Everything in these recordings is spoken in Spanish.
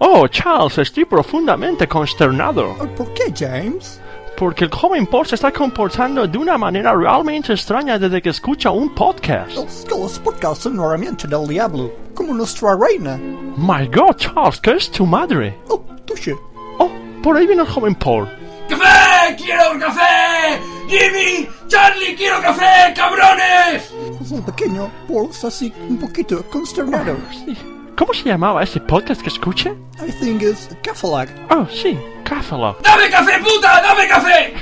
Oh, Charles, estoy profundamente consternado. ¿Por qué, James? Porque el joven Paul se está comportando de una manera realmente extraña desde que escucha un podcast. Los dos podcasts son nuevamente del diablo, como nuestra reina. My God, Charles, ¿qué es tu madre? Oh, tuya. Oh, por ahí viene el joven Paul. ¡Café! ¡Quiero un café! ¡Jimmy! ¡Charlie, quiero café, cabrones! Es un Pues pequeño Paul está así un poquito consternado. Sí. ¿Cómo se llamaba ese podcast que escuché? I think it's Cafelag. Oh, sí, Cáfalo. ¡Dame café, puta! ¡Dame café!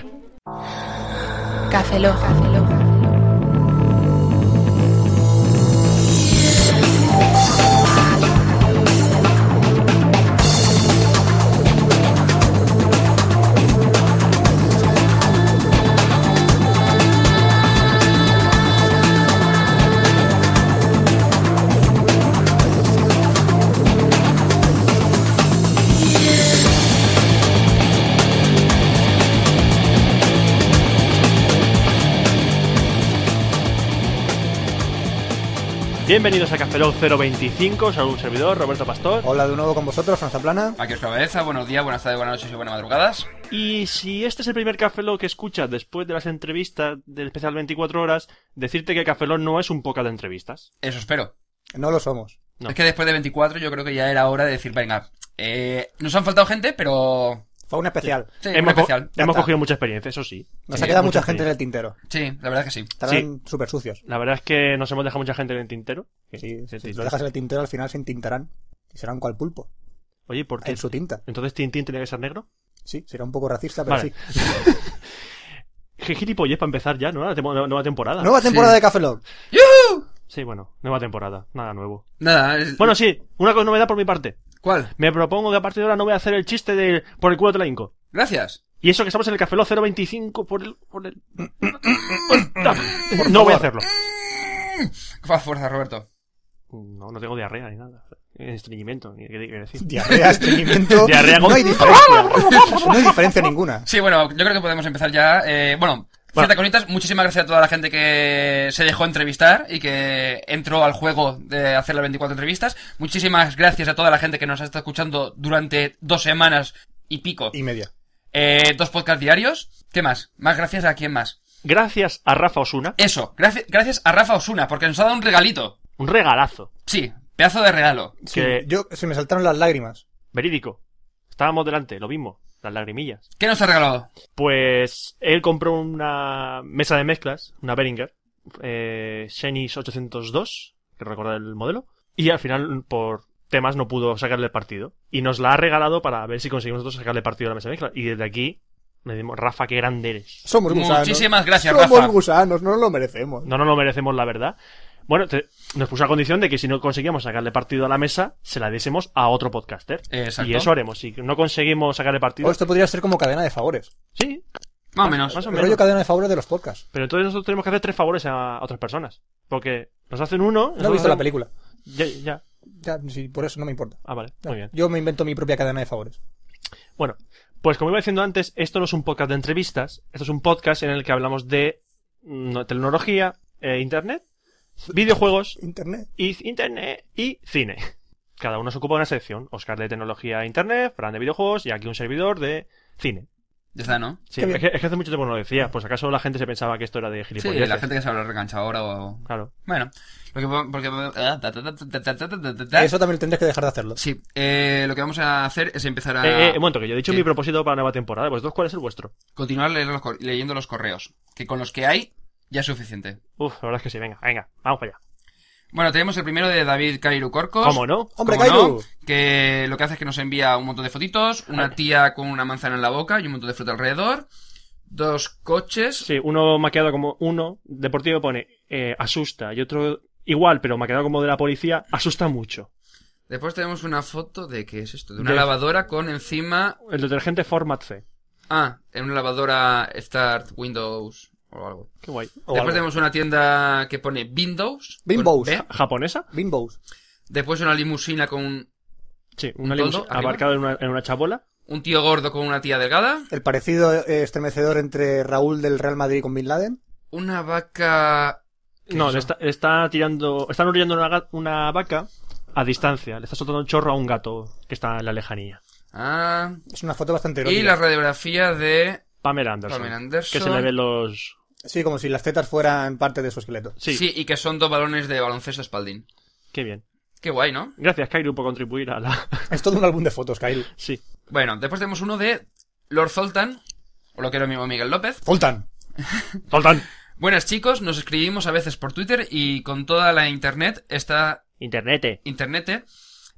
Café Lock. Bienvenidos a Café Lock 025, soy un servidor, Roberto Pastor. Hola de nuevo con vosotros, Franza Plana. Aquí os cabeza, buenos días, buenas tardes, buenas noches y buenas madrugadas. Y si este es el primer Café Lock que escuchas después de las entrevistas del especial 24 horas, decirte que Café Lock no es un podcast de entrevistas. Eso espero. No lo somos. No. Es que después de 24 yo creo que ya era hora de decir, venga, eh, nos han faltado gente, pero... Fue un especial. Sí, muy hemos co- especial. hemos está. cogido mucha experiencia, eso sí. Nos Sí, ha quedado mucha mucha gente en experiencia. el tintero. Sí, la verdad que sí. Estarán súper sucios. La verdad es que nos hemos dejado mucha gente en el tintero. Sí, Sí, si sí, lo sí. dejas en el tintero, al final se entintarán. Y serán cual pulpo. Oye, ¿por qué? En su tinta. Entonces Tintín tenía que ser negro. Sí, será un poco racista, pero Vale. sí. Qué gilipollas para empezar ya, ¿no? La tem- Nueva temporada. Nueva temporada Sí. de Café Lock. ¡Yujú! Sí, bueno, nueva temporada, nada nuevo. Nada, es- Bueno, sí, una co- novedad por mi parte. ¿cuál? Me propongo que a partir de ahora no voy a hacer el chiste de por el culo te la inco. Gracias. Y eso que estamos en el Café Lock 025 por el... Por el... no, no voy a hacerlo. Mm. Fa- Fuerza, Roberto. No, no tengo diarrea ni nada. Ni Estreñimiento, ni qué qué decir. Diarrea, estreñimiento. Diarrea con- No hay diferencia. no hay diferencia ninguna. Sí, bueno, yo creo que podemos empezar ya. Eh, bueno, ciertas cositas. Muchísimas gracias a toda la gente que se dejó entrevistar y que entró al juego de hacer las 24 entrevistas. Muchísimas gracias a toda la gente que nos ha estado escuchando durante dos semanas y pico. Y media. Eh, dos podcasts diarios. ¿Qué más? Más gracias a quién más. Gracias a Rafa Osuna. Eso, gracias, gracias a Rafa Osuna, porque nos ha dado un regalito. Un regalazo. Sí, pedazo de regalo. Sí, Que- yo se me saltaron las lágrimas. Verídico. Estábamos delante, lo mismo. Las lagrimillas. ¿Qué nos ha regalado? Pues él compró una mesa de mezclas, una Behringer, eh, Shenis 802, que recordar el modelo, y al final por temas no pudo sacarle partido. Y nos la ha regalado para ver si conseguimos nosotros sacarle partido a la mesa de mezclas. Y desde aquí le dimos, Rafa, qué grande eres. Somos gusanos. Muchísimas gracias, Somos Rafa. gusanos, no lo merecemos. No nos lo merecemos, la verdad. Bueno, te- nos puso a condición de que si no conseguíamos sacarle partido a la mesa, se la désemos a otro podcaster. Eh, Exacto. Y eso haremos. Si no conseguimos sacarle partido, O esto podría ser como cadena de favores. sí, Más o menos. más o El menos. rollo cadena de favores de los podcasts. Pero entonces nosotros tenemos que hacer tres favores a a otras personas. Porque nos hacen uno. No he nosotros visto la hacemos- película. Ya, ya. Ya, sí, por eso no me importa. Ah, vale. Muy bien. Yo me invento mi propia cadena de favores. Bueno, pues como iba diciendo antes, esto no es un podcast de entrevistas. Esto es un podcast en el que hablamos de mm, tecnología, eh, internet, videojuegos Internet. y internet y cine. Cada uno se ocupa de una sección. Oscar de tecnología e internet, Fran de videojuegos y aquí un servidor de cine. Ya está, ¿no? Sí, Qué bien. es que, es que hace mucho tiempo no lo decía. Pues acaso la gente se pensaba que esto era de Sí, gilipolleces. la gente que se habrá reenganchado ahora o... Claro. Bueno, lo que po- ah, porque ¿Eh? Eso también tendrías que dejar de hacerlo. sí, eh, lo que vamos a hacer es empezar a Eh, eh, un momento, que yo he dicho Ah, Sí. mi propósito para la nueva temporada. ¿Vosotros cuál es el vuestro? continuar leyendo los, cor- leyendo los correos, que con los que hay ya es suficiente. Uf, la verdad es que sí. Venga, venga, vamos para allá. Bueno, tenemos el primero de David Kairu Corcos. ¿Cómo no? Hombre, ¿Cómo Kairu. no? que lo que hace es que nos envía un montón de fotitos, una tía con una manzana en la boca y un montón de fruta alrededor, dos coches, Sí, uno maqueado como uno, deportivo pone eh, asusta y otro igual, pero maqueado como de la policía, asusta mucho. después tenemos una foto de qué es esto, de una De- lavadora con encima El detergente Format C. ah, en una lavadora Start Windows o algo. Qué guay. O después algo. tenemos una tienda que pone Windows. con Bimbos. B. ¿Japonesa? Bimbos. Después una limusina con un- Sí, una ¿Un limusina toldo arriba? abarcada en una, en una chabola. un tío gordo con una tía delgada. El parecido eh, estremecedor entre Raúl del Real Madrid con Bin Laden. Una vaca... ¿Qué No, es le eso? está, le está tirando, están orillando una, ga- una vaca a distancia. Le está soltando un chorro a un gato que está en la lejanía. Ah, Es una foto bastante y erótica. la radiografía de Pamela Anderson. Pamela Anderson. Que se le ven los... Sí, como si las tetas fueran parte de su esqueleto. Sí, Sí, y que son dos balones de baloncesto Spalding. qué bien. Qué guay, ¿no? Gracias, Kairu, por contribuir a la... Es todo un álbum de fotos, Kyle. Sí. Bueno, después tenemos uno de Lord Zoltan, o lo que era mismo Miguel López. Zoltan. ¡Zoltán! Buenas chicos, nos escribimos a veces por Twitter y con toda la internet, esta Internete. internet,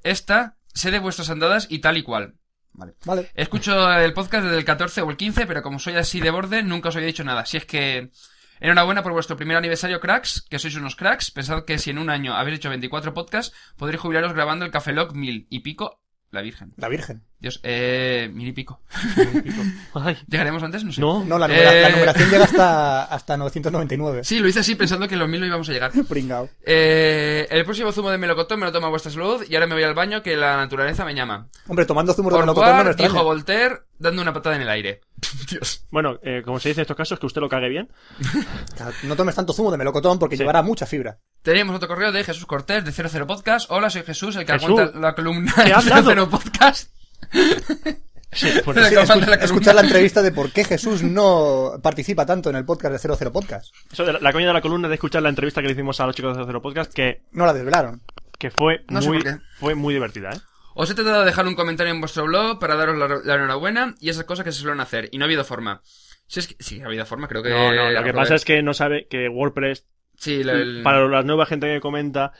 esta, sé de vuestras andadas y tal y cual. Vale. Escucho el podcast desde el 14 o el 15, pero como soy así de borde, nunca os había dicho nada. Si es que... Enhorabuena por vuestro primer aniversario, cracks, que sois unos cracks. Pensad que si en un año habéis hecho 24 podcasts, podréis jubilaros grabando el Café Lock mil y pico. La Virgen. La Virgen. Dios, eh, mil y pico. Ay, ¿Llegaremos antes? No sé. no. No, la, numera- Eh. la numeración llega hasta, hasta 999. Sí, lo hice así pensando que en los mil no íbamos a llegar. Pringao. Eh, el próximo zumo de melocotón me lo toma a vuestra salud y ahora me voy al baño que la naturaleza me llama. Hombre, tomando zumo de Por melocotón no me cual, extraña. dijo Voltaire, dando una patada en el aire. Dios. Bueno, eh, como se dice en estos casos, que usted lo cague bien. Claro, No tomes tanto zumo de melocotón porque Sí. llevará mucha fibra. Tenemos otro correo de Jesús Cortés de 00 Podcast. Hola, soy Jesús, el que Jesús, aguanta la columna ¿qué de has dado? 00 Podcast. Sí, bueno, Pero Sí, que aguanta la escu- escuchar la columna. entrevista de por qué Jesús no participa tanto en el podcast de 00 Podcast. eso de la, la coña de la columna de escuchar la entrevista que le hicimos a los chicos de Cero Podcast, que, No la desvelaron. que fue, No sé muy, por qué. fue muy divertida, ¿eh? Os he tratado de dejar un comentario en vuestro blog para daros la, la enhorabuena y esas cosas que se suelen hacer. Y no ha habido forma. Si es que, sí, ha habido forma, creo que... No, no, eh. la lo que aprobé. pasa es que no sabe que WordPress, Sí, la- el- para, para la nueva gente que comenta,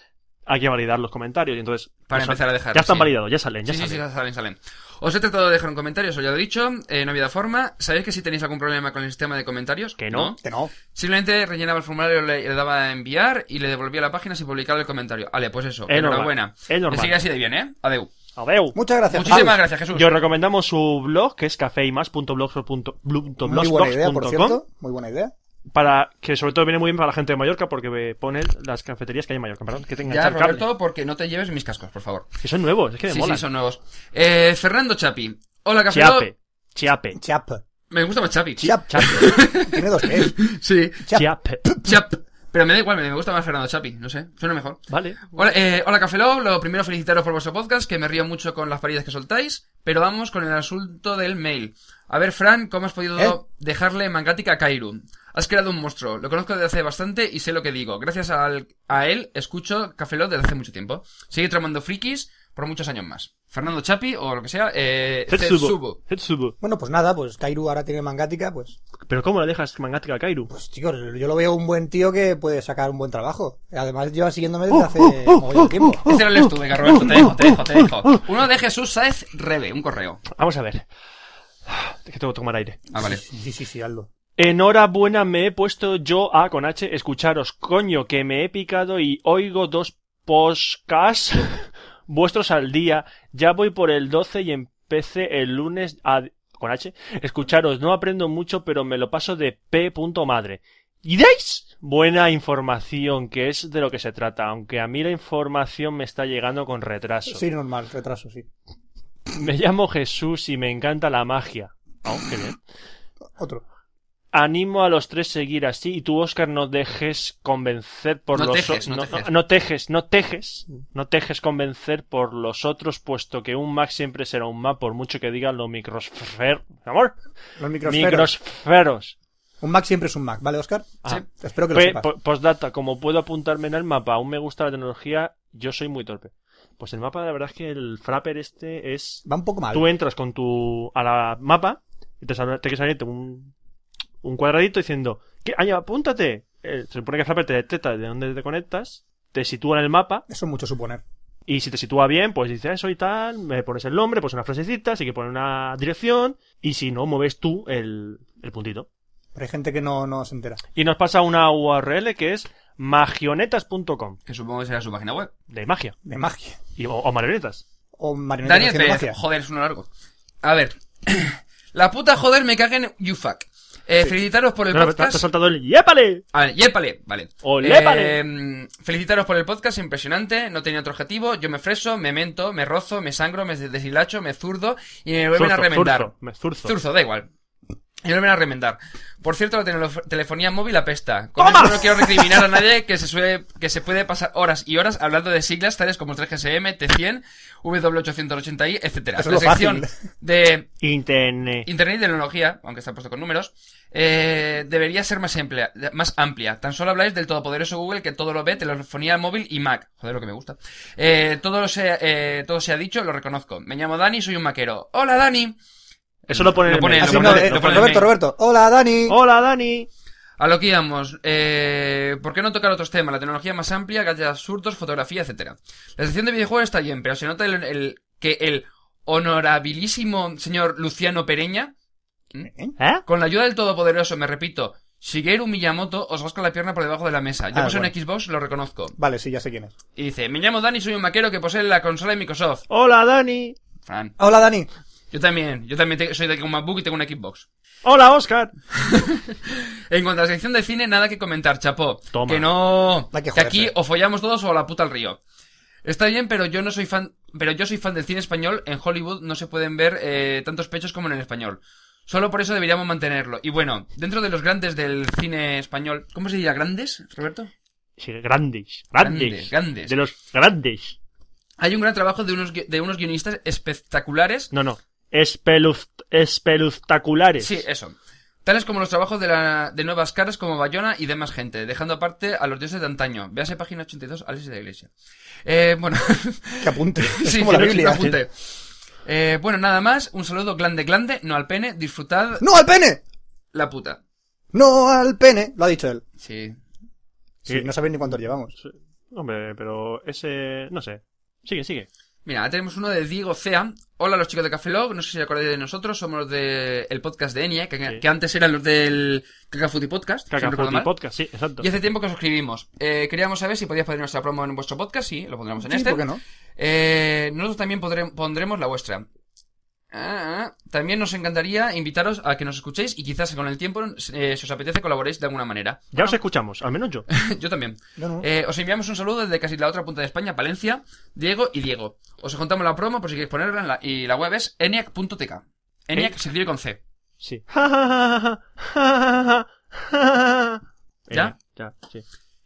hay que validar los comentarios. Y entonces, o sea, empezar a dejar. ya están sí. validados, ya salen, ya Sí, sí, salen. sí, salen, salen. Os he tratado de dejar un comentario, eso ya lo he dicho, eh, no había forma. ¿Sabéis que si tenéis algún problema con el sistema de comentarios? Que no. Que no. Simplemente rellenaba el formulario, le, le daba a enviar y le devolvía la página sin publicar el comentario. Vale, pues eso. Es normal, enhorabuena. es normal. Que siga así de bien, ¿eh? Adeu. Adeu. Muchas gracias. Muchísimas Pablo. gracias, Jesús. Yo os recomendamos su blog, que es Muy buena idea, por cafeímas.blogspot.com cierto. Muy buena idea. para que sobre todo viene muy bien para la gente de Mallorca porque eh, pone las cafeterías que hay en Mallorca, perdón, que tengan Ya, cable. Roberto, porque no te lleves mis cascos, por favor. Que son nuevos, es que me Sí, molan. sí, son nuevos. Eh, Fernando Chapi. Hola, Café Lock. Chiape, Chiape, Chap. Me gusta más Chapi. Chap. Chiape, Tiene dos P's. Sí, Chap. Chiape. Chap. Pero me da igual, me me gusta más Fernando Chapi, no sé, suena mejor. Vale. Hola, eh, hola Café Lock. lo primero felicitaros por vuestro podcast, que me río mucho con las paridas que soltáis, pero vamos con el asunto del mail. A ver, Fran, ¿cómo has podido ¿Eh? dejarle mangática a Kairu? Has creado un monstruo, lo conozco desde hace bastante y sé lo que digo. Gracias al- a él, escucho Café Lock desde hace mucho tiempo. Sigue tramando frikis por muchos años más. Fernando Chapi, o lo que sea, eh, Zetsubo. Tetsubo. Zetsubo. Bueno, pues nada, pues Kairu ahora tiene mangática, pues. Pero ¿cómo la dejas mangática al Kairu? Pues tío, yo lo veo un buen tío que puede sacar un buen trabajo. Además, lleva siguiéndome desde Oh, hace oh, oh, mogollón oh, tiempo. oh, Este no lees tú, venga, Roberto, te dejo, te dejo, te dejo. Uno de Jesús Saez Rebe, un correo. Vamos a ver. Es que tengo que tomar aire. Ah, vale. Sí, sí, sí, Aldo. Enhorabuena, me he puesto yo a con H escucharos, coño, que me he picado y oigo dos podcasts vuestros al día. Ya voy por el 12 y empecé el lunes a, con H. Escucharos, no aprendo mucho, pero me lo paso de P. punto madre. ¿Y dais? Buena información, que es de lo que se trata, aunque a mí la información me está llegando con retraso. Sí, normal, retraso, sí. Me llamo Jesús y me encanta la magia. Oh, qué bien. Otro. Animo a los tres a seguir así y tú, Oscar, no dejes convencer por No los tejes, no no, tejes. no tejes, no tejes, no tejes convencer por los otros, puesto que un Mac siempre será un Mac, por mucho que digan los microsfer... amor, Los microsferos. microsferos. Un Mac siempre es un Mac, ¿vale, Oscar? Ah. Espero que lo Pe- sepas. po- postdata, como puedo apuntarme en el mapa, aún me gusta la tecnología, yo soy muy torpe. Pues el mapa, la verdad es que el Frapper este es Va un poco mal. Tú entras con tu a la mapa y te sale, que salirte un, un cuadradito diciendo, ¿qué? Año, apúntate. Eh, se supone que Flapper te detecta de dónde te conectas, te sitúa en el mapa Eso es mucho suponer. y si te sitúa bien, pues dice eso y tal, me pones el nombre, pues una frasecita, así que pone una dirección y si no, mueves tú el, el puntito. Pero hay gente que no, no se entera. Y nos pasa una URL que es magionetas.com, Que supongo que será su página web. de magia, De magia. y, o, o marionetas. O marionetas Daniel haciendo Pérez, magia. joder, es uno largo. A ver. La puta joder me caguen you fuck. Eh, Felicitaros por el No, te, te ha podcast. saltado el ¡Yépale! A ver, yépale, vale. O Eh, lépale. felicitaros por el podcast, impresionante. No tenía otro objetivo. Yo me freso, me mento, me rozo, me sangro, me deshilacho, me zurdo y me vuelven a Zurzo, remendar. zurzo, me zurzo. Zurzo, da igual. Y vuelven a remendar. Por cierto, la tele- telefonía móvil apesta. Con esto no quiero recriminar a nadie que se, suele, que se puede pasar horas y horas hablando de siglas tales como 3GSM, T100, W880i, etcétera. Eso la es lo sección fácil. de Internet. Internet y tecnología, aunque está puesto con números, eh, debería ser más amplia, más amplia. Tan solo habláis del todopoderoso Google que todo lo ve, telefonía móvil y Mac. Joder, lo que me gusta. Eh, todo, lo sea, eh, todo se ha dicho, lo reconozco. Me llamo Dani, soy un maquero. ¡Hola, Dani! Eso lo pone en el mail. Ah, Así lo no, pone- eh, lo pone en Roberto, Roberto. Hola, Dani. Oh. Hola, Dani. A lo que íbamos, eh, ¿por qué no tocar otros temas? La tecnología más amplia, gadgets surtos, fotografía, etcétera. La sección de videojuegos está bien, pero se nota el, el- que el honorabilísimo señor Luciano Pereña, ¿Eh? con la ayuda del todopoderoso, me repito, Shigeru Miyamoto, os vas con la pierna por debajo de la mesa. Yo Ah, poseo bueno. un Xbox, lo reconozco. Vale, sí, ya sé quién es. Y dice, me llamo Dani, soy un maquero que posee la consola de Microsoft. Hola, Dani. Fran. Hola, Dani. Yo también, yo también te- soy de un MacBook y tengo una Xbox. Hola, Oscar. En cuanto a la sección de cine, nada que comentar, chapó. Toma. Que no. Hay que Que, joderse. aquí o follamos todos o a la puta al río. Está bien, pero yo no soy fan. Pero yo soy fan del cine español. En Hollywood no se pueden ver eh, tantos pechos como en el español. Solo por eso deberíamos mantenerlo. Y bueno, dentro de los grandes del cine español. ¿Cómo se diría? ¿Grandes, Roberto? Sí, grandes, grandes. Grandes, grandes. De los grandes. Hay un gran trabajo de unos, gui- de unos guionistas espectaculares No, no. Espeluz... Espeluztaculares. Sí, eso. Tales como los trabajos de, la, de nuevas caras como Bayona y demás gente, dejando aparte a los dioses de antaño. Véase página 82, Alexis de la Iglesia. Eh, bueno, Que apunte. Es sí, como sí, la no, sí, Biblia. lo apunté. Eh, bueno, nada más, un saludo glande glande, no al pene, disfrutad ¡No al pene! la puta. ¡No al pene! Lo ha dicho él. Sí. Sí, Sí. no sabéis ni cuántos llevamos. Hombre, pero ese... No sé. Sigue, sigue. Mira, ahora tenemos uno de Diego Cea. Hola los chicos de Café Log, no sé si acordáis de nosotros, somos los de el podcast de Enia, que, Sí. que antes eran los del Cacafuti Podcast. si no recuerdo Cacafuti mal. Podcast, sí, exacto. Y hace tiempo que os escribimos. Eh, queríamos saber si podíais poner nuestra promo en vuestro podcast, sí, lo pondremos en Sí, este. ¿por qué no? Eh, nosotros también podre- pondremos la vuestra. Ah, ah. también nos encantaría invitaros a que nos escuchéis y quizás con el tiempo, eh, si os apetece, colaboréis de alguna manera. Ya os escuchamos, al menos yo. Yo también. No, no. Eh, os enviamos un saludo desde casi la otra punta de España, Valencia, Diego y Diego. Os contamos la promo por si queréis ponerla en la- y la web es eniac.tk. Eniac Eh, se escribe con C. Sí. ¿Ya? Eh, ya, sí.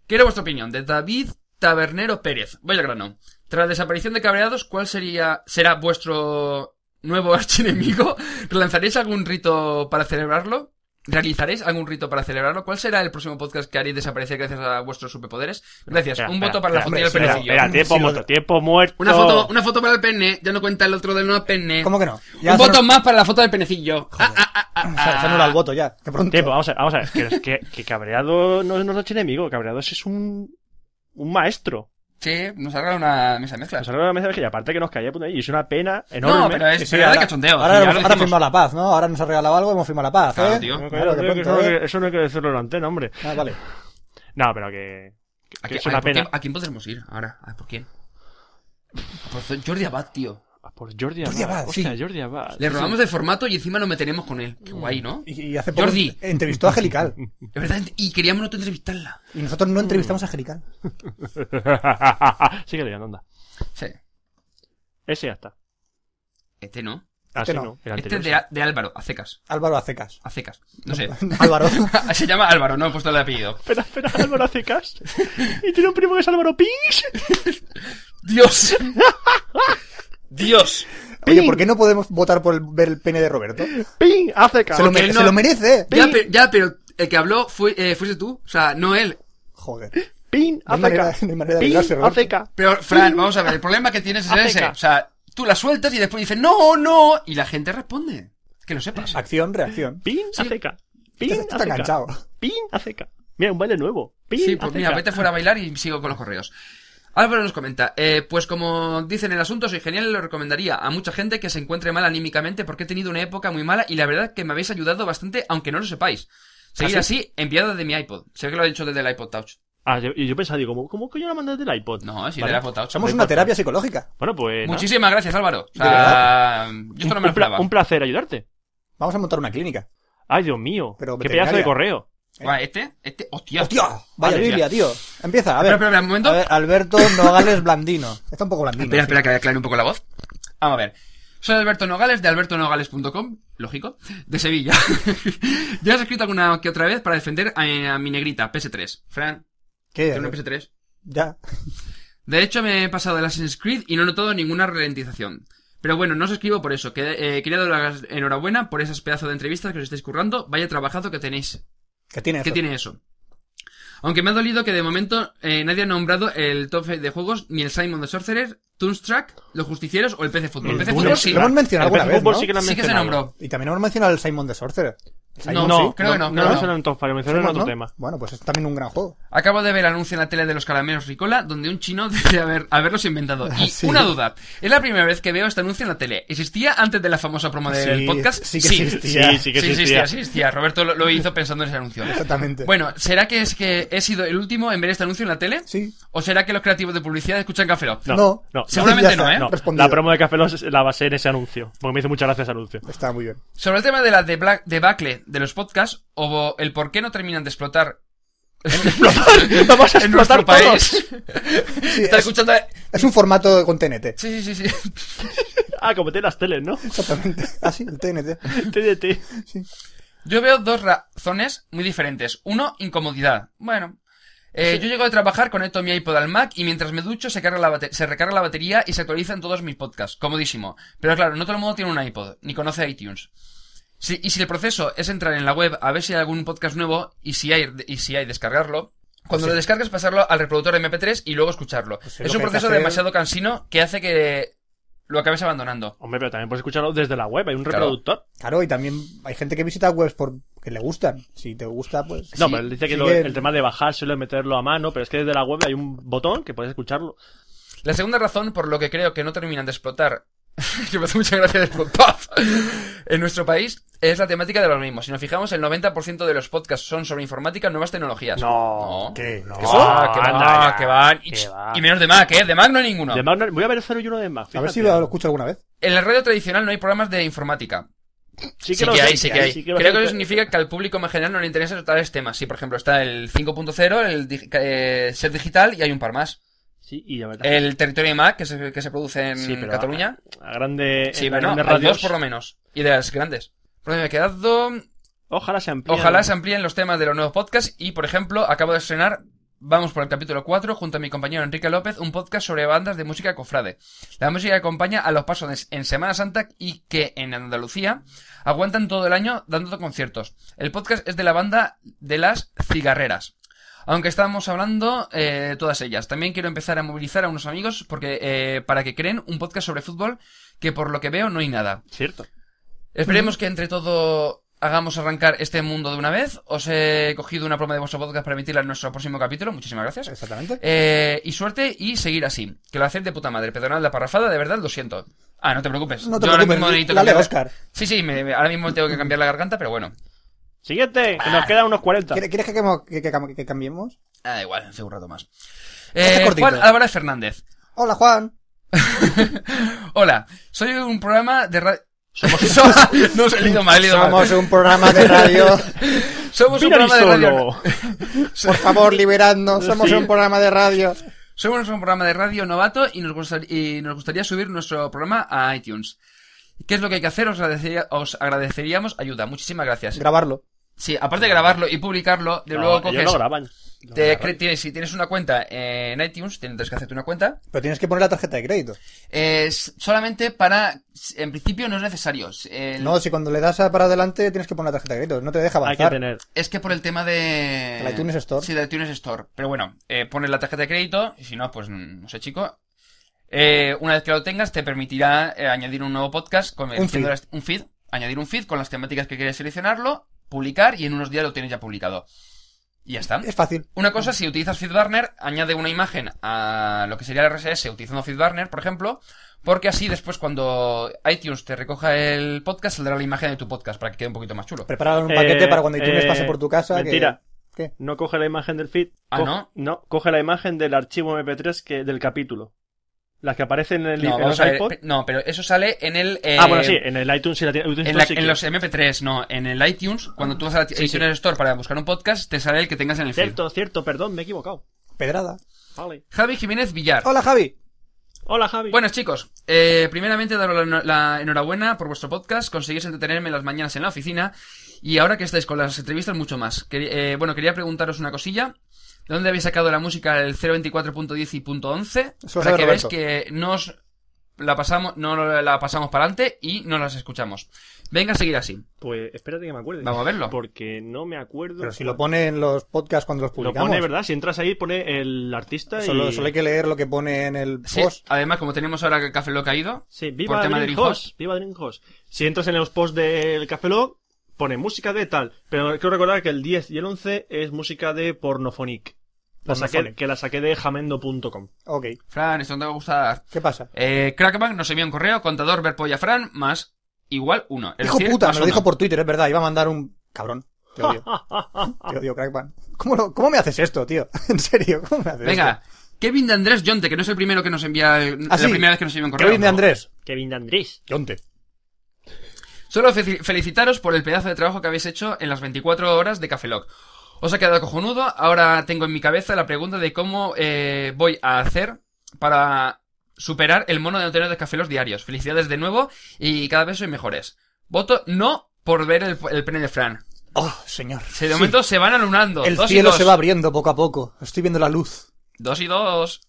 Quiero vuestra opinión de David Tabernero Pérez. Vaya grano. Tras la desaparición de Cabreados, ¿cuál sería será vuestro nuevo archienemigo? ¿Relanzaréis algún rito para celebrarlo? ¿Realizaréis algún rito para celebrarlo? ¿Cuál será el próximo podcast que haréis desaparecer gracias a vuestros superpoderes? Gracias. Espera, un espera, voto para la espera, fotilla del Espera, penecillo. espera, tiempo Sí, lo- muerto, tiempo muerto. Una foto, una foto para el pene, ya no cuenta el otro del no pene. ¿Cómo que no? Ya un se- voto más para la foto del penecillo. Ah, ah, ah, ah, se- ah. se anula el voto ya. Que pronto. Tiempo, vamos a ver, vamos a ver. Que, que- que Cabreado no es nuestro enemigo, Cabreado es un, un maestro. Sí, nos ha regalado una mesa de mezclas. Nos salió la mesa de que aparte que nos caía por ahí, y es una pena enorme. No, pero Sí, es sí, era de ahora- cachondeo. sí, Ahora, ya lo ahora hemos dijimos. firmado la paz, ¿no? Ahora nos ha regalado algo, hemos firmado la paz, Claro, ¿eh? tío. Claro, de creo que eso, no pronto, hay ¿eh? que- eso no hay que decirlo en la antena, hombre. Ah, vale. No, pero que. ¿A, que qué- es una a- por pena. quién- ¿A quién podremos ir ahora? ¿A por quién? Por Zo- Jordi Abad, tío. Ah, Por Jordi Abad. Jordi Abad, sí. Hostia, Jordi Abad. Le robamos de formato y encima nos meteremos con él. Mm. Qué guay, ¿no? Y, y hace poco Jordi. entrevistó a Angelical. De verdad, y queríamos no entrevistarla. Y nosotros no entrevistamos a Angelical. Sigue leyendo, anda. Sí. Ese ya está. Este no. Así no. no. el Este anterior es de, A- de Álvaro, a secas. Álvaro Acecas. A secas. No sé. Álvaro. Se llama Álvaro, no he puesto el apellido. Espera, espera, Álvaro Acecas. Y tiene un primo que es Álvaro Pins. ¡Dios! ¡Dios! Oye, ¿por qué no podemos votar por el- ver el pene de Roberto? Pin, Acecas. Se lo, Porque mere- no- se lo merece. Ya, pero, ya, pero el que habló fue, eh, fuiste tú. O sea, no él. Joder. Pin, No hay manera- Acecas. no hay manera de Pin, librarse, Roberto. Acecas. Pero, Fran, vamos a ver, el problema que tienes es Ateca. ese. O sea, tú la sueltas y después dices, no, no. Y la gente responde. Que lo sepas. Acción, reacción. Pin, Acecas. Pin, Esto Este está Acecas. enganchado. Pin, Acecas. Mira, un baile nuevo. Pin, Sí, pues mira, Acecas. vete fuera a bailar y sigo con los correos. Álvaro nos comenta, eh, pues como dicen en el asunto, soy genial y lo recomendaría a mucha gente que se encuentre mal anímicamente porque he tenido una época muy mala y la verdad que me habéis ayudado bastante, aunque no lo sepáis. Seguid ¿Ah, así, enviado de mi iPod. Sé que lo he dicho desde el iPod Touch. Ah, yo, y yo pensaba, digo, ¿cómo, cómo coño la mandas del iPod? No, sí, Vale. del iPod Touch. Somos una terapia psicológica. Bueno, pues. nada. Muchísimas gracias, Álvaro. O sea, De yo Un- esto no me lo un, pla- esperaba. un placer ayudarte. Vamos a montar una clínica. Ay, Dios mío. Pero Qué pedazo veterinaria. de correo. Guau, Este, este, hostia. ¡Hostia! Vaya Madre Biblia, mía. tío. Empieza, a ver. Espera, espera, un momento. A ver, Alberto Nogales Blandino. Está un poco blandino. Espera, sí. espera, que aclare un poco la voz. Vamos a ver. Soy Alberto Nogales de albertonogales.com, lógico, de Sevilla. ya has escrito alguna que otra vez para defender a, a mi negrita, PS3. Fran, ¿Qué? tengo una PS3. Ya. De hecho, me he pasado el Assassin's Creed y no he notado ninguna ralentización. Pero bueno, no os escribo por eso. Que, eh, quería daros la enhorabuena por esas pedazos de entrevistas que os estáis currando. Vaya trabajazo que tenéis. ¿Qué tiene ¿Qué eso? tiene eso? Aunque me ha dolido que de momento eh, nadie ha nombrado el top de juegos ni el Simon the Sorcerer, Toonstruck, Los Justicieros o el PC Fútbol. El PC Fútbol sí, Lo hemos mencionado El alguna PC vez, Fútbol ¿no? sí que lo han sí que se mencionado. nombró. Y también hemos mencionado el Simon the Sorcerer. El Simon, No, sí. creo que no, No, creo lo que mencionaron en Top Fire, lo mencionaron en Simon, otro ¿no? tema. Bueno, pues es también un gran juego. Acabo de ver anuncio en la tele de los caramelos Ricola, donde un chino dice haber, haberlos inventado. Y Ah, sí. una duda, es la primera vez que veo este anuncio en la tele. ¿Existía antes de la famosa promo del Sí, Ah, podcast? sí que existía. Sí, sí que sí existía. sí existía. Roberto lo, lo hizo pensando en ese anuncio. Exactamente. Bueno, ¿será que es que he sido el último en ver este anuncio en la tele? Sí. ¿O será que los creativos de publicidad escuchan Café Lock? No, No. no. Seguramente Ya está, no, ¿eh? No, respondido. la promo de Café Lock la basé en ese anuncio. Porque me hizo muchas gracias ese anuncio. Está muy bien. Sobre el tema de la debla- debacle de los podcasts, o el por qué no terminan de explotar Vamos a en nuestro explotar todos. país. Sí, Está es, escuchando... es un formato con TNT. Sí, sí, sí, sí. Ah, como tiene las teles, ¿no? Exactamente. Ah, sí, el TNT. TNT. Sí. Yo veo dos razones muy diferentes. Uno, incomodidad. Bueno. eh, Yo llego de trabajar, conecto mi iPod al Mac y mientras me ducho se, carga la bate- se recarga la batería y se actualizan todos mis podcasts. Comodísimo. Pero claro, no todo el mundo tiene un iPod, ni conoce iTunes. Si- y si el proceso es entrar en la web a ver si hay algún podcast nuevo y si hay, y si hay descargarlo, cuando lo descargas pasarlo al reproductor MP3 y luego escucharlo. Pues es lo es un que hay que proceso hacer. demasiado cansino que hace que lo acabes abandonando. Hombre, pero también puedes escucharlo desde la web. Hay un Claro. reproductor. Claro, y también hay gente que visita webs por que le gustan. Si te gusta, pues. No, Sí, pero él dice que sí lo- que- el tema de bajárselo, de meterlo a mano, pero es que desde la web hay un botón que puedes escucharlo. La segunda razón por lo que creo que no terminan de explotar, que me hace mucha gracia de explotar, en nuestro país, es la temática de los mismos. Si nos fijamos, el 90% de los podcasts son sobre informática, nuevas tecnologías. No, ¿Qué? no, ¿Eso? Ah, que anda va, ya, que van. Y, que va. y menos de Mac, ¿eh? De Mac no hay ninguno. De Mac no- voy a ver el 0 y 1 de Mac. A ver fíjate. si lo, lo escucho alguna vez. En la radio tradicional no hay programas de informática. Sí Sí los que hay, sí que hay. los Creo que eso significa que al público en general no le interesan tales temas. Sí, por ejemplo, está el 5.0, el dig- eh, set digital y hay un par más. Sí, y la verdad. El territorio de Mac, que se, que se produce en Sí, pero Cataluña. A grande. Sí, en bueno, grandes hay dos radios. por lo menos. Y de las grandes. Por donde me he quedado. Ojalá se amplíe. Ojalá se amplíen los temas de los nuevos podcasts. Y, por ejemplo, acabo de estrenar, vamos por el capítulo 4, junto a mi compañero Enrique López, un podcast sobre bandas de música cofrade. La música que acompaña a los pasos de- en Semana Santa y que, en Andalucía, aguantan todo el año dando conciertos. El podcast es de la banda de las cigarreras. Aunque estábamos hablando eh, todas ellas. También quiero empezar a movilizar a unos amigos porque eh, para que creen un podcast sobre fútbol que por lo que veo no hay nada. Cierto. Esperemos que entre todo hagamos arrancar este mundo de una vez. Os he cogido una broma de vuestro podcast para emitirla en nuestro próximo capítulo. Muchísimas gracias. Exactamente. Eh, y suerte y seguir así. Que lo hacéis de puta madre. Perdonad la parrafada, de verdad lo siento. Ah, no te preocupes. No te Yo ahora preocupes, mismo necesito la lee cambiar- Oscar. Sí, sí, me- me- ahora mismo tengo que cambiar la garganta, pero bueno. Siguiente, que nos quedan unos 40. ¿Quieres quieres que, quemo- que- que cam- que cambiemos? Ah, da igual, hace un rato más. Eh, cortito. Juan Álvarez Fernández. Hola, Juan. Hola, soy un programa de radio. Somos... no, se he leído mal, he leído mal. Somos un programa de radio. Somos un Mira programa de radio. solo. Por favor, liberadnos. Somos Sí. un programa de radio. Somos un programa de radio novato y nos, gustar- y nos gustaría subir nuestro programa a iTunes. ¿Qué es lo que hay que hacer? Os, agradecería- os agradeceríamos ayuda. Muchísimas gracias. Grabarlo. Sí, aparte de grabarlo y publicarlo, de luego ellos coges... lo graban. te cre- tienes- si tienes una cuenta en iTunes, tienes que hacerte una cuenta. Pero tienes que poner la tarjeta de crédito. Es solamente para... En principio no es necesario. El- No, si cuando le das a para adelante tienes que poner la tarjeta de crédito. No te deja Hay que avanzar. tener. Es que por el tema de... La iTunes Store. Sí, de iTunes Store. Pero bueno, eh, pones la tarjeta de crédito y si no, pues mm, no sé, chico. Eh, una vez que lo tengas, te permitirá eh, añadir un nuevo podcast con Un haciendo feed. las- un feed, añadir un feed con las temáticas que quieres seleccionarlo, publicar y en unos días lo tienes ya publicado. Y ya está. Es fácil. Una cosa, si utilizas FeedBurner, añade una imagen a lo que sería el RSS utilizando FeedBurner, por ejemplo, porque así después cuando iTunes te recoja el podcast, saldrá la imagen de tu podcast para que quede un poquito más chulo. Preparar un paquete Eh, para cuando iTunes eh, pase por tu casa. que- Mentira. ¿Qué? No coge la imagen del feed. Ah, coge- ¿no? coge la imagen del archivo MP3 que, del capítulo. Las que aparecen en, el, en No, vamos los a ver, iPod. pe- no, pero eso sale en el. eh, ah, bueno, sí, en el iTunes y la tiene. iTunes En, Store la- sí en que- los MP3, no, en el iTunes, cuando tú vas a la sí. iTunes Store para buscar un podcast, te sale el que tengas en el feed. Cierto, cierto, perdón, me he equivocado. Pedrada. Vale. Javi Jiménez Villar. Hola, Javi. Hola, Javi. Bueno, chicos, eh, primeramente daros la, la enhorabuena por vuestro podcast. Conseguís entretenerme las mañanas en la oficina. Y ahora que estáis con las entrevistas, mucho más. Que- eh, bueno, quería preguntaros una cosilla. ¿De dónde habéis sacado la música del 024.10 y punto .11? Eso lo para sabe que veáis Roberto. que nos la pasamos, no la pasamos para adelante y no las escuchamos. Venga a seguir así. Pues espérate que me acuerde. Vamos a verlo. Porque no me acuerdo. Pero si lo pone en los podcasts cuando los Lo publicamos. pone, ¿verdad? Si entras ahí, pone el artista solo, y... solo hay que leer lo que pone en el Sí, post. además, como tenemos ahora que el café lo ha caído, Sí, viva por tema de Dream Dreamhost. Host, Viva Dream Host. Si entras en los posts del Café Lock, pone música de tal. Pero quiero recordar que el 10 y el 11 es música de Pornofonic. La saqué, Pornofonic. que la saqué de jamendo.com. Ok. Fran, esto no te va a gustar. ¿Qué pasa? Eh, Crackman nos envió un correo, contador verpolla Fran, más igual uno. Es Hijo decir, puta, más me lo uno. dijo por Twitter, es verdad. Iba a mandar un. Cabrón. Te odio. te odio, Crackman. ¿Cómo, lo- ¿Cómo me haces esto, tío? En serio, ¿cómo me haces Venga, Kevin de Andrés Jonte, que no es el primero que nos envía, eh, Ah, la sí. primera vez que nos envía un esto? correo. Kevin de ¿no? Andrés. Kevin Andrés. Yonte. Solo fe- felicitaros por el pedazo de trabajo que habéis hecho en las 24 horas de Café Lock. Os ha quedado cojonudo. Ahora tengo en mi cabeza la pregunta de cómo eh, voy a hacer para superar el mono de no tener de Café Lock diarios. Felicidades de nuevo y cada vez sois mejores. Voto no por ver el, el pene de Fran. Oh, señor. Se- de momento se van alumnando. El dos cielo y dos. se va abriendo poco a poco. Estoy viendo la luz. Dos y dos.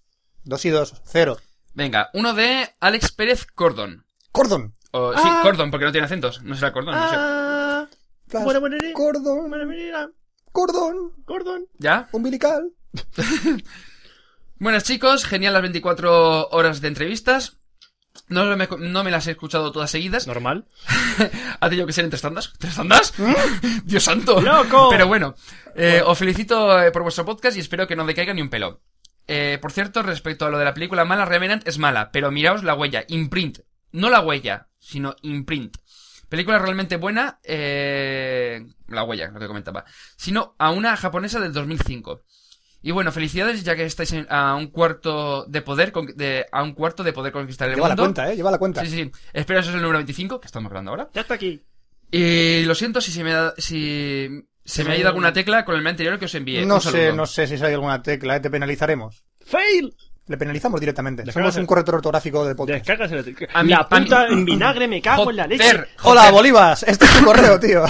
Dos y dos. Cero. Venga, uno de Alex Pérez Cordon. Cordon. O, Sí, Cordon, porque no tiene acentos. No será Cordon, no sé. Ah, Flash. Bueno, bueno, eh. Cordon. bueno, mira, Cordon. Gordon. ¿Ya? Umbilical. Buenas chicos, genial las 24 horas de entrevistas. No lo me, no me las he escuchado todas seguidas. Normal. Ha tenido que ser en tres tandas. ¿Tres tandas? ¡Dios santo! ¡Loco! Pero bueno, eh, os felicito eh, por vuestro podcast y espero que no decaiga ni un pelo. Eh, por cierto, respecto a lo de la película mala, Revenant es mala, pero miraos la huella, imprint. No la huella, sino imprint. Película realmente buena, eh, la huella, lo que comentaba. Sino a una japonesa del 2005. Y bueno, felicidades ya que estáis en- a un cuarto de poder, con- de- a un cuarto de poder conquistar el Lleva la mundo. cuenta, eh. Lleva la cuenta. Sí, sí, sí. Espero eso es el número 25, que estamos grabando ahora. Ya está aquí. Y lo siento si se me ha, si se me ha ido alguna tecla con el mail anterior que os envié. No eh, Un sé, saludo. no sé si hay alguna tecla, eh, te penalizaremos. ¡Fail! Le penalizamos directamente. Descarga- Somos un corrector ortográfico del podcast. Descargas el... A mí- la a mí- puta en vinagre me cago en la leche. Joder, Hola, joder. Bolivas. Este es tu correo, tío.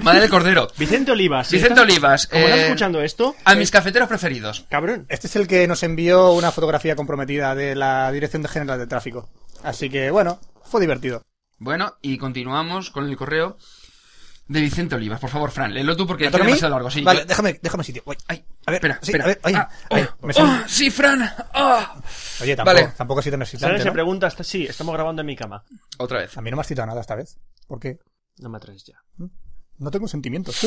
Madre del Cordero. Vicente Olivas. si Vicente estás- Olivas, Como estás eh, escuchando esto, A mis cafeteros preferidos. cabrón. Este es el que nos envió una fotografía comprometida de la Dirección de General de Tráfico. Así que, bueno, fue divertido. Bueno, y continuamos con el correo de Vicente Olivas. Por favor, Fran, léelo tú porque ¿Me es toca a mí? demasiado largo. Sí, vale, yo- déjame, déjame sitio. Uy. Ay, A ver, espera, sí, espera. a ver, ay, Ah, ay, oh, me sale- oh, sí, Fran. ah. Oye, tampoco, Vale. tampoco he sido Sara necesitante, se ¿no? pregunta, está... sí, estamos grabando en mi cama. Otra vez. A mí no me has citado nada esta vez. Porque No me atreves ya. no tengo sentimientos.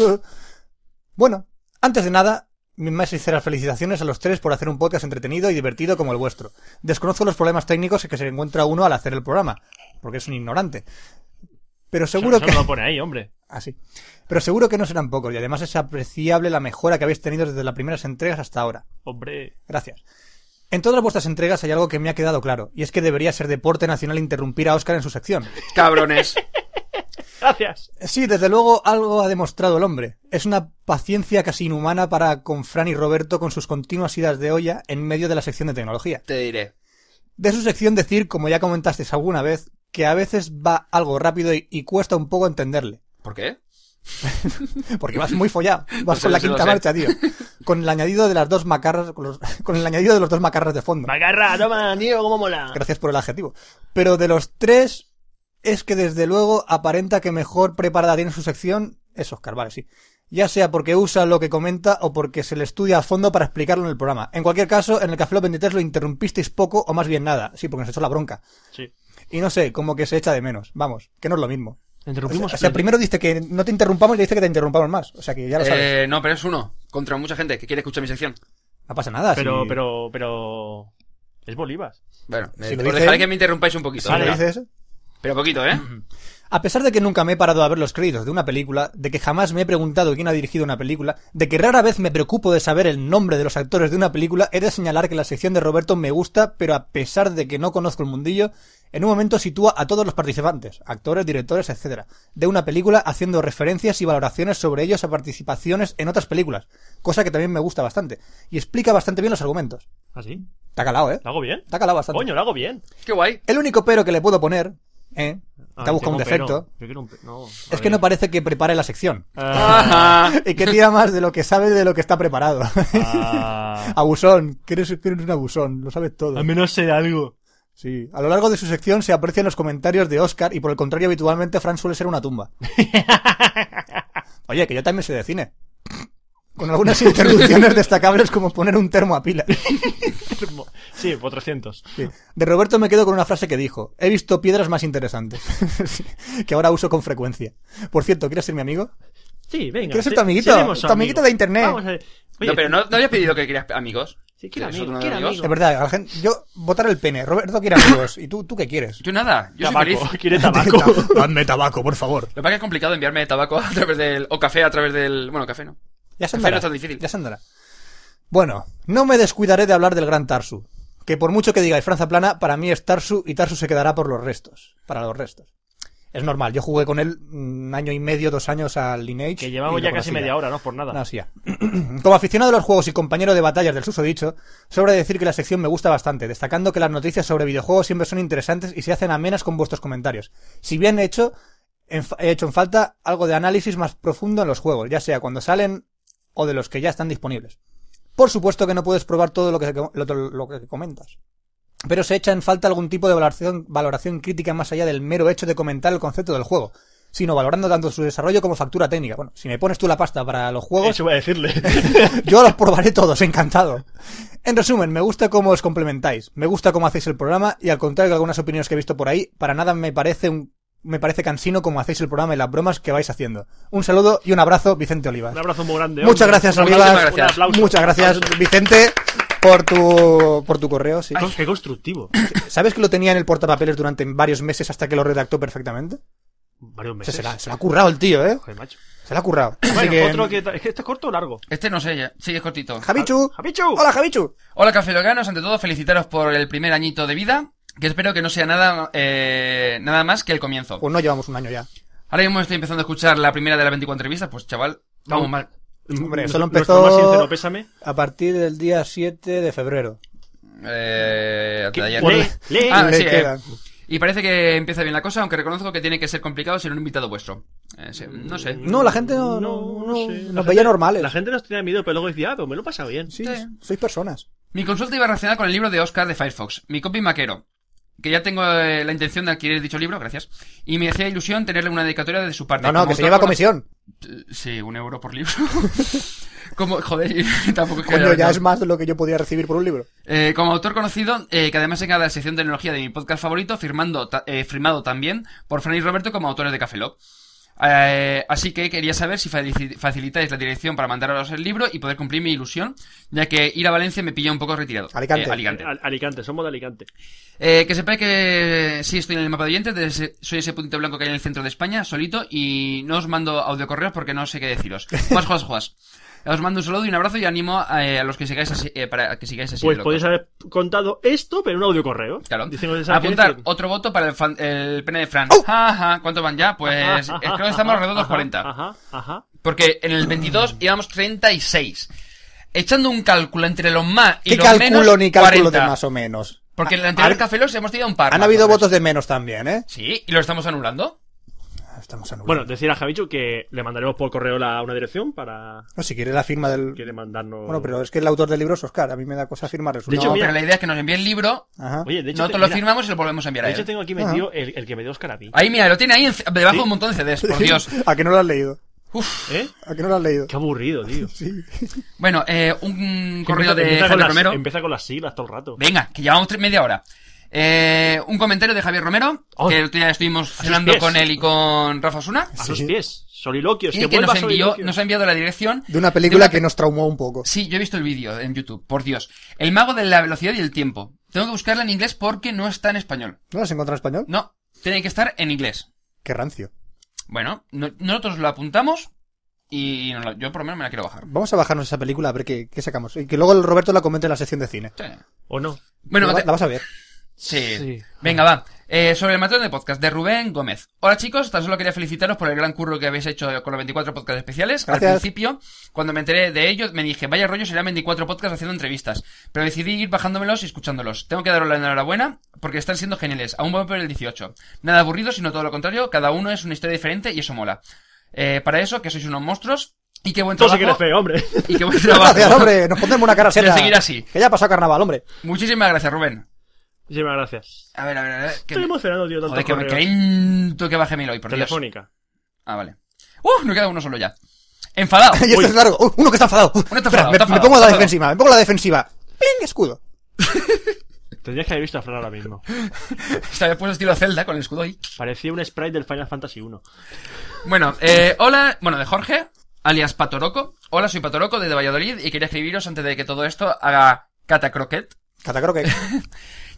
Bueno, antes de nada, mis más sinceras felicitaciones a los tres por hacer un podcast entretenido y divertido como el vuestro. Desconozco los problemas técnicos que se encuentra uno al hacer el programa, porque es un ignorante. Pero seguro Eso- eso que... no lo pone ahí, hombre. Así. Pero seguro que no serán pocos y además es apreciable la mejora que habéis tenido desde las primeras entregas hasta ahora. Hombre. Gracias. En todas vuestras entregas hay algo que me ha quedado claro, y es que debería ser deporte nacional interrumpir a Oscar en su sección. Cabrones. Gracias. Sí, desde luego algo ha demostrado el hombre. Es una paciencia casi inhumana para con Fran y Roberto con sus continuas idas de olla en medio de la sección de tecnología. Te diré. De su sección decir, como ya comentasteis alguna vez, que a veces va algo rápido y, y cuesta un poco entenderle. ¿Por qué? Porque vas muy follado. Vas sé, con la Pues lo sé, lo quinta sé. marcha, tío. Con el añadido de las dos macarras, con, los- con el añadido de los dos macarras de fondo. Macarra, toma, tío, cómo mola. Gracias por el adjetivo. Pero de los tres, es que desde luego aparenta que mejor preparada tiene su sección es Oscar, vale, sí. Ya sea porque usa lo que comenta o porque se le estudia a fondo para explicarlo en el programa. En cualquier caso, en el Café Lock 23 lo interrumpisteis poco o más bien nada. Sí, porque nos echó la bronca. Sí. Y no sé, como que se echa de menos. Vamos, que no es lo mismo. Interrumpimos. eh, O sea, primero dice que no te interrumpamos y dice que te interrumpamos más. O sea, que ya lo sabes. Eh, no, pero es uno. Contra mucha gente que quiere escuchar mi sección. No pasa nada. Pero, si- pero, pero. Es Bolívar. Bueno, Si eh, lo os dice dejaré él- que me interrumpáis un poquito. si le Vale. venga. dices- Pero poquito, ¿eh? A pesar de que nunca me he parado a ver los créditos de una película, de que jamás me he preguntado quién ha dirigido una película, de que rara vez me preocupo de saber el nombre de los actores de una película, he de señalar que la sección de Roberto me gusta, pero a pesar de que no conozco el mundillo, en un momento sitúa a todos los participantes, actores, directores, etcétera, de una película haciendo referencias y valoraciones sobre ellos a participaciones en otras películas, cosa que también me gusta bastante, y explica bastante bien los argumentos. ¿Así? Está calado, ¿eh? ¿Ah, ¿Lo hago bien? Está calado bastante. Coño, lo hago bien. Qué guay. El único pero que le puedo poner, ¿eh? Ah, Te busca tengo un defecto. pero. Yo quiero un pe- no, a Es que ver. no parece que prepare la sección. Ah, Y que tira más de lo que sabe de lo que está preparado. ah. abusón, que eres, que eres un abusón, lo sabes todo. Al menos sé algo. Sí. A lo largo de su sección se aprecian los comentarios de Oscar y por el contrario habitualmente Fran suele ser una tumba. Oye, que yo también sé de cine. Con algunas interrupciones destacables como poner un termo a pila. Sí, por 300. Sí. De Roberto me quedo con una frase que dijo. He visto piedras más interesantes. que ahora uso con frecuencia. Por cierto, ¿quieres ser mi amigo? Sí, venga. ¿Quieres ser sí- tu amiguito? seremos Tu amiguito amigos. de internet. Vamos a ver. Oye, no, pero no, no había pedido que querías amigos. Sí, quiero ¿Eres amigos, otro de quiero amigos? Es verdad, a la gente- yo votar el pene. Roberto quiere amigos. ¿Y tú, tú qué quieres? Yo nada, yo soy feliz. Tabaco, quiere tabaco. Ta- Dadme tabaco, por favor. Lo que pasa es que es complicado enviarme tabaco a través del. o café a través del. Bueno, café no. Ya se Hacer andará. no es tan difícil. Ya se andará. Bueno, no me descuidaré de hablar del gran Tarsu. Que por mucho que digáis Franza plana, para mí es Tarsu y Tarsu se quedará por los restos. Para los restos. Es normal, yo jugué con él un año y medio, dos años al Lineage. Que llevamos ya casi media hora, ¿no? Por nada. No, sí, ya. Como aficionado a los juegos y compañero de batallas del susodicho, sobra decir que la sección me gusta bastante, destacando que las noticias sobre videojuegos siempre son interesantes y se hacen amenas con vuestros comentarios. Si bien he hecho, en fa- he hecho en falta algo de análisis más profundo en los juegos, ya sea cuando salen o de los que ya están disponibles. Por supuesto que no puedes probar todo lo que, lo- lo que comentas. Pero se echa en falta algún tipo de valoración, valoración crítica más allá del mero hecho de comentar el concepto del juego, sino valorando tanto su desarrollo como factura técnica. Bueno, si me pones tú la pasta para los juegos, Eso voy a decirle. yo los probaré todos, encantado. En resumen, me gusta cómo os complementáis, me gusta cómo hacéis el programa y al contrario de algunas opiniones que he visto por ahí, para nada me parece un me parece cansino cómo hacéis el programa y las bromas que vais haciendo. Un saludo y un abrazo, Vicente Olivas. Un abrazo muy grande. Muchas hombre. gracias, Un Olivas. aplauso, un aplauso. Muchas gracias, Vicente, por tu por tu correo, sí. Ay, Qué constructivo. ¿Sabes que lo tenía en el portapapeles durante varios meses hasta que lo redactó perfectamente? Varios O sea, meses. se, la, se la ha currado el tío, ¿eh? Joder, macho. Se la ha currado. Así Bueno, que- otro que... ta- ¿Es que este es corto o largo? Este no sé ya. Sí, es cortito. Javichu. ¡Javichu! Hola, Javichu. Hola, cafeloganos. Ante todo, felicitaros por el primer añito de vida. Que espero que no sea nada, eh, nada más que el comienzo. Pues no llevamos un año ya. Ahora mismo estoy empezando a escuchar la primera de las 24 entrevistas. Pues chaval, Vamos. vamos mal. Hombre, solo Mm, Nuestro empezó- más sincero pésame. A partir del día 7 de febrero. Eh, hasta ayer. Lee, lee. Ah, Le sí, eh. queda. Y parece que empieza bien la cosa, aunque reconozco que tiene que ser complicado ser un invitado vuestro. Eh, sí, no sé. No, la gente no, no, no- sé. nos La veía gente- normales. La gente nos tenía miedo, pero luego decía, ah, pero me lo he pasado bien. Sí, Sí. sois personas. Mi consulta iba relacionada con el libro de Oscar de Firefox, mi copy maquero, que ya tengo eh, la intención de adquirir dicho libro, gracias. Y me hacía ilusión tenerle una dedicatoria de su parte. No, no, como que se autor lleva cono- comisión. Sí, un euro por libro. como, joder, y tampoco es que Coño, haya- ya es más de lo que yo podía recibir por un libro. Eh, como autor conocido, eh, que además en cada sección de tecnología de mi podcast favorito, firmando, ta- eh, firmado también por Fran y Roberto como autores de Café Lock. Eh, así que quería saber si falici- facilitáis la dirección para mandaros el libro y poder cumplir mi ilusión, ya que ir a Valencia me pilla un poco retirado. Alicante. Eh, Alicante. Al- Alicante, somos de Alicante. Eh, que sepáis que sí estoy en el mapa de oyentes, de ese- soy ese puntito blanco que hay en el centro de España, solito, y no os mando audiocorreos porque no sé qué deciros. Juas, juas, juas. Os mando un saludo y un abrazo y animo eh, a los que sigáis así, eh, para que sigáis así. Pues de locos. podéis haber contado esto, pero en un audio correo. Claro. Diciéndonos esa Apuntar gente- otro voto para el, fan- el pene de Fran. ¡Oh! Ajá, ¿Cuántos van ya? Pues Ajá, eh, creo ajá, que ajá, estamos alrededor de los ajá, 40. Ajá, ajá. Porque en el 22 íbamos 36. Echando un cálculo entre los más y ¿Qué los cálculo menos, ni cálculo 40. de más o menos? Porque en el anterior han- Café Lock hemos tenido un par. Han más, habido ¿sabes? votos de menos también, ¿eh? Sí, y lo estamos anulando. Ah, Estamos anulando. Bueno, decir a Javichu que le mandaremos por correo la, una dirección para No, si quiere la firma del... quiere mandarnos. Bueno, pero es que el autor del libro es Oscar. A mí me da cosa firmar Ah, De hecho, no, mira- pero la idea es que nos envíe el libro, Ajá. Oye, de hecho, te- nosotros lo ¿eh? mira, firmamos y lo volvemos a enviar a De hecho, él. tengo aquí Ajá. metido el, el que me dio Oscar a mí. Ahí, mira, lo tiene ahí enci- debajo Sí. de un montón de CDs, por Dios. ¿A que no lo has leído? Uf. ¿Eh? ¿A que no lo has leído? Qué aburrido, tío. Sí. Bueno, eh, un correo Empieza- de empieza, con Javier las, Romero. empieza con las siglas todo el rato. Venga, que llevamos tres- media hora. Eh, un comentario de Javier Romero, Oh. que el otro día estuvimos cenando pies. con él y con Rafa Osuna. A sus Sí. pies. Soliloquios. Y que vuelva nos envió, soliloquios. nos ha enviado la dirección. De una película de una que pe- nos traumó un poco. Sí, yo he visto el vídeo en YouTube, por Dios. El mago de la velocidad y el tiempo. Tengo que buscarla en inglés porque no está en español. ¿No las encontrado en español? No, tiene que estar en inglés. Qué rancio. Bueno, no- nosotros lo apuntamos y nos la- yo por lo menos me la quiero bajar. Vamos a bajarnos esa película a ver qué, qué sacamos. Y que luego el Roberto la comente en la sección de cine. Sí. ¿O no? Bueno, la, te- la vas a ver. Sí. Sí. Venga, va. Eh, sobre el material de podcast de Rubén Gómez. Hola chicos, tan solo quería felicitaros por el gran curro que habéis hecho con los 24 podcasts especiales. Gracias. Al principio, cuando me enteré de ello, me dije, vaya rollo, serán 24 podcasts haciendo entrevistas. Pero decidí ir bajándomelos y escuchándolos. Tengo que daros la enhorabuena porque están siendo geniales. Aún voy por el 18. Nada aburrido, sino todo lo contrario. Cada uno es una historia diferente y eso mola. Eh, para eso, que sois unos monstruos. Y qué buen Todo se trabajo. quiere feo, hombre. y qué buen Gracias, trabajo. hombre. Nos pondremos una cara Quiero seria. seguir así. Que ya ha pasado carnaval, hombre. Muchísimas gracias, Rubén. Muchísimas gracias. A ver, a ver, a ver. que Estoy me- emocionado, tío, tanto Joder, que me correo. caliento que baje mi hoy, por Dios. Telefónica. Ah, vale. ¡Uh! No queda uno solo ya. Enfadado. y esto es largo. Uh, uno que está enfadado. está Espera, enfadado, me, está me enfadado, pongo a está la enfadado. defensiva. Me pongo a la defensiva. ¡Ping! Escudo. Tendrías que haber visto a Fran ahora mismo. Se había puesto estilo Zelda con el escudo ahí. Parecía un sprite del Final Fantasy 1. Bueno, eh, hola, bueno, de Jorge, alias Patoroco. Hola, soy Patoroco desde Valladolid y quería escribiros antes de que todo esto haga catacroquet, Catacro que.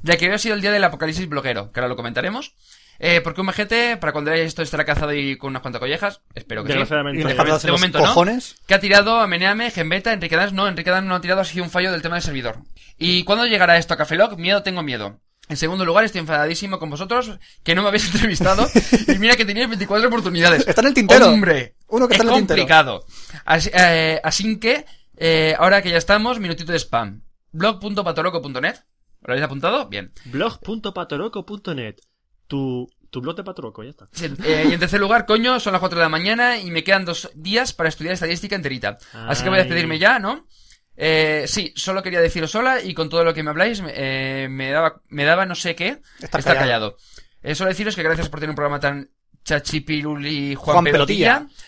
ya que hoy ha sido el día del apocalipsis bloguero, que ahora lo comentaremos. Eh, porque un majete, para cuando veáis esto, estará cazado y con unas cuantas collejas, espero que sí. Desgraciadamente. Y unos cabezazos de en los momento, ¿no? cojones. Que ha tirado a Meneame, Genbeta, Enrique Dans, no, Enrique Dans no ha tirado, ha sido un fallo del tema del servidor. ¿Y cuándo llegará esto a Café Lock? Miedo, tengo miedo. En segundo lugar, estoy enfadadísimo con vosotros, que no me habéis entrevistado, y mira que teníais 24 oportunidades. Está en el tintero. ¡Hombre! Uno que es está en el tintero. complicado. Así, eh, así que, eh, ahora que ya estamos, minutito de spam. blog.patoloco.net ¿Lo habéis apuntado? Bien. Blog.patoroco.net. Tu, tu blog de Patoroco, ya está. Sí, eh, y en tercer lugar, coño, son las 4 de la mañana y me quedan dos días para estudiar estadística enterita. Así que voy a Ay. despedirme ya, ¿no? Eh, sí, solo quería deciros hola y con todo lo que me habláis me, eh, me daba, me daba no sé qué Estar estar callado. callado. Eh, solo deciros que gracias por tener un programa tan chachipiruli Juan, Juan Pelotilla. Pelotilla.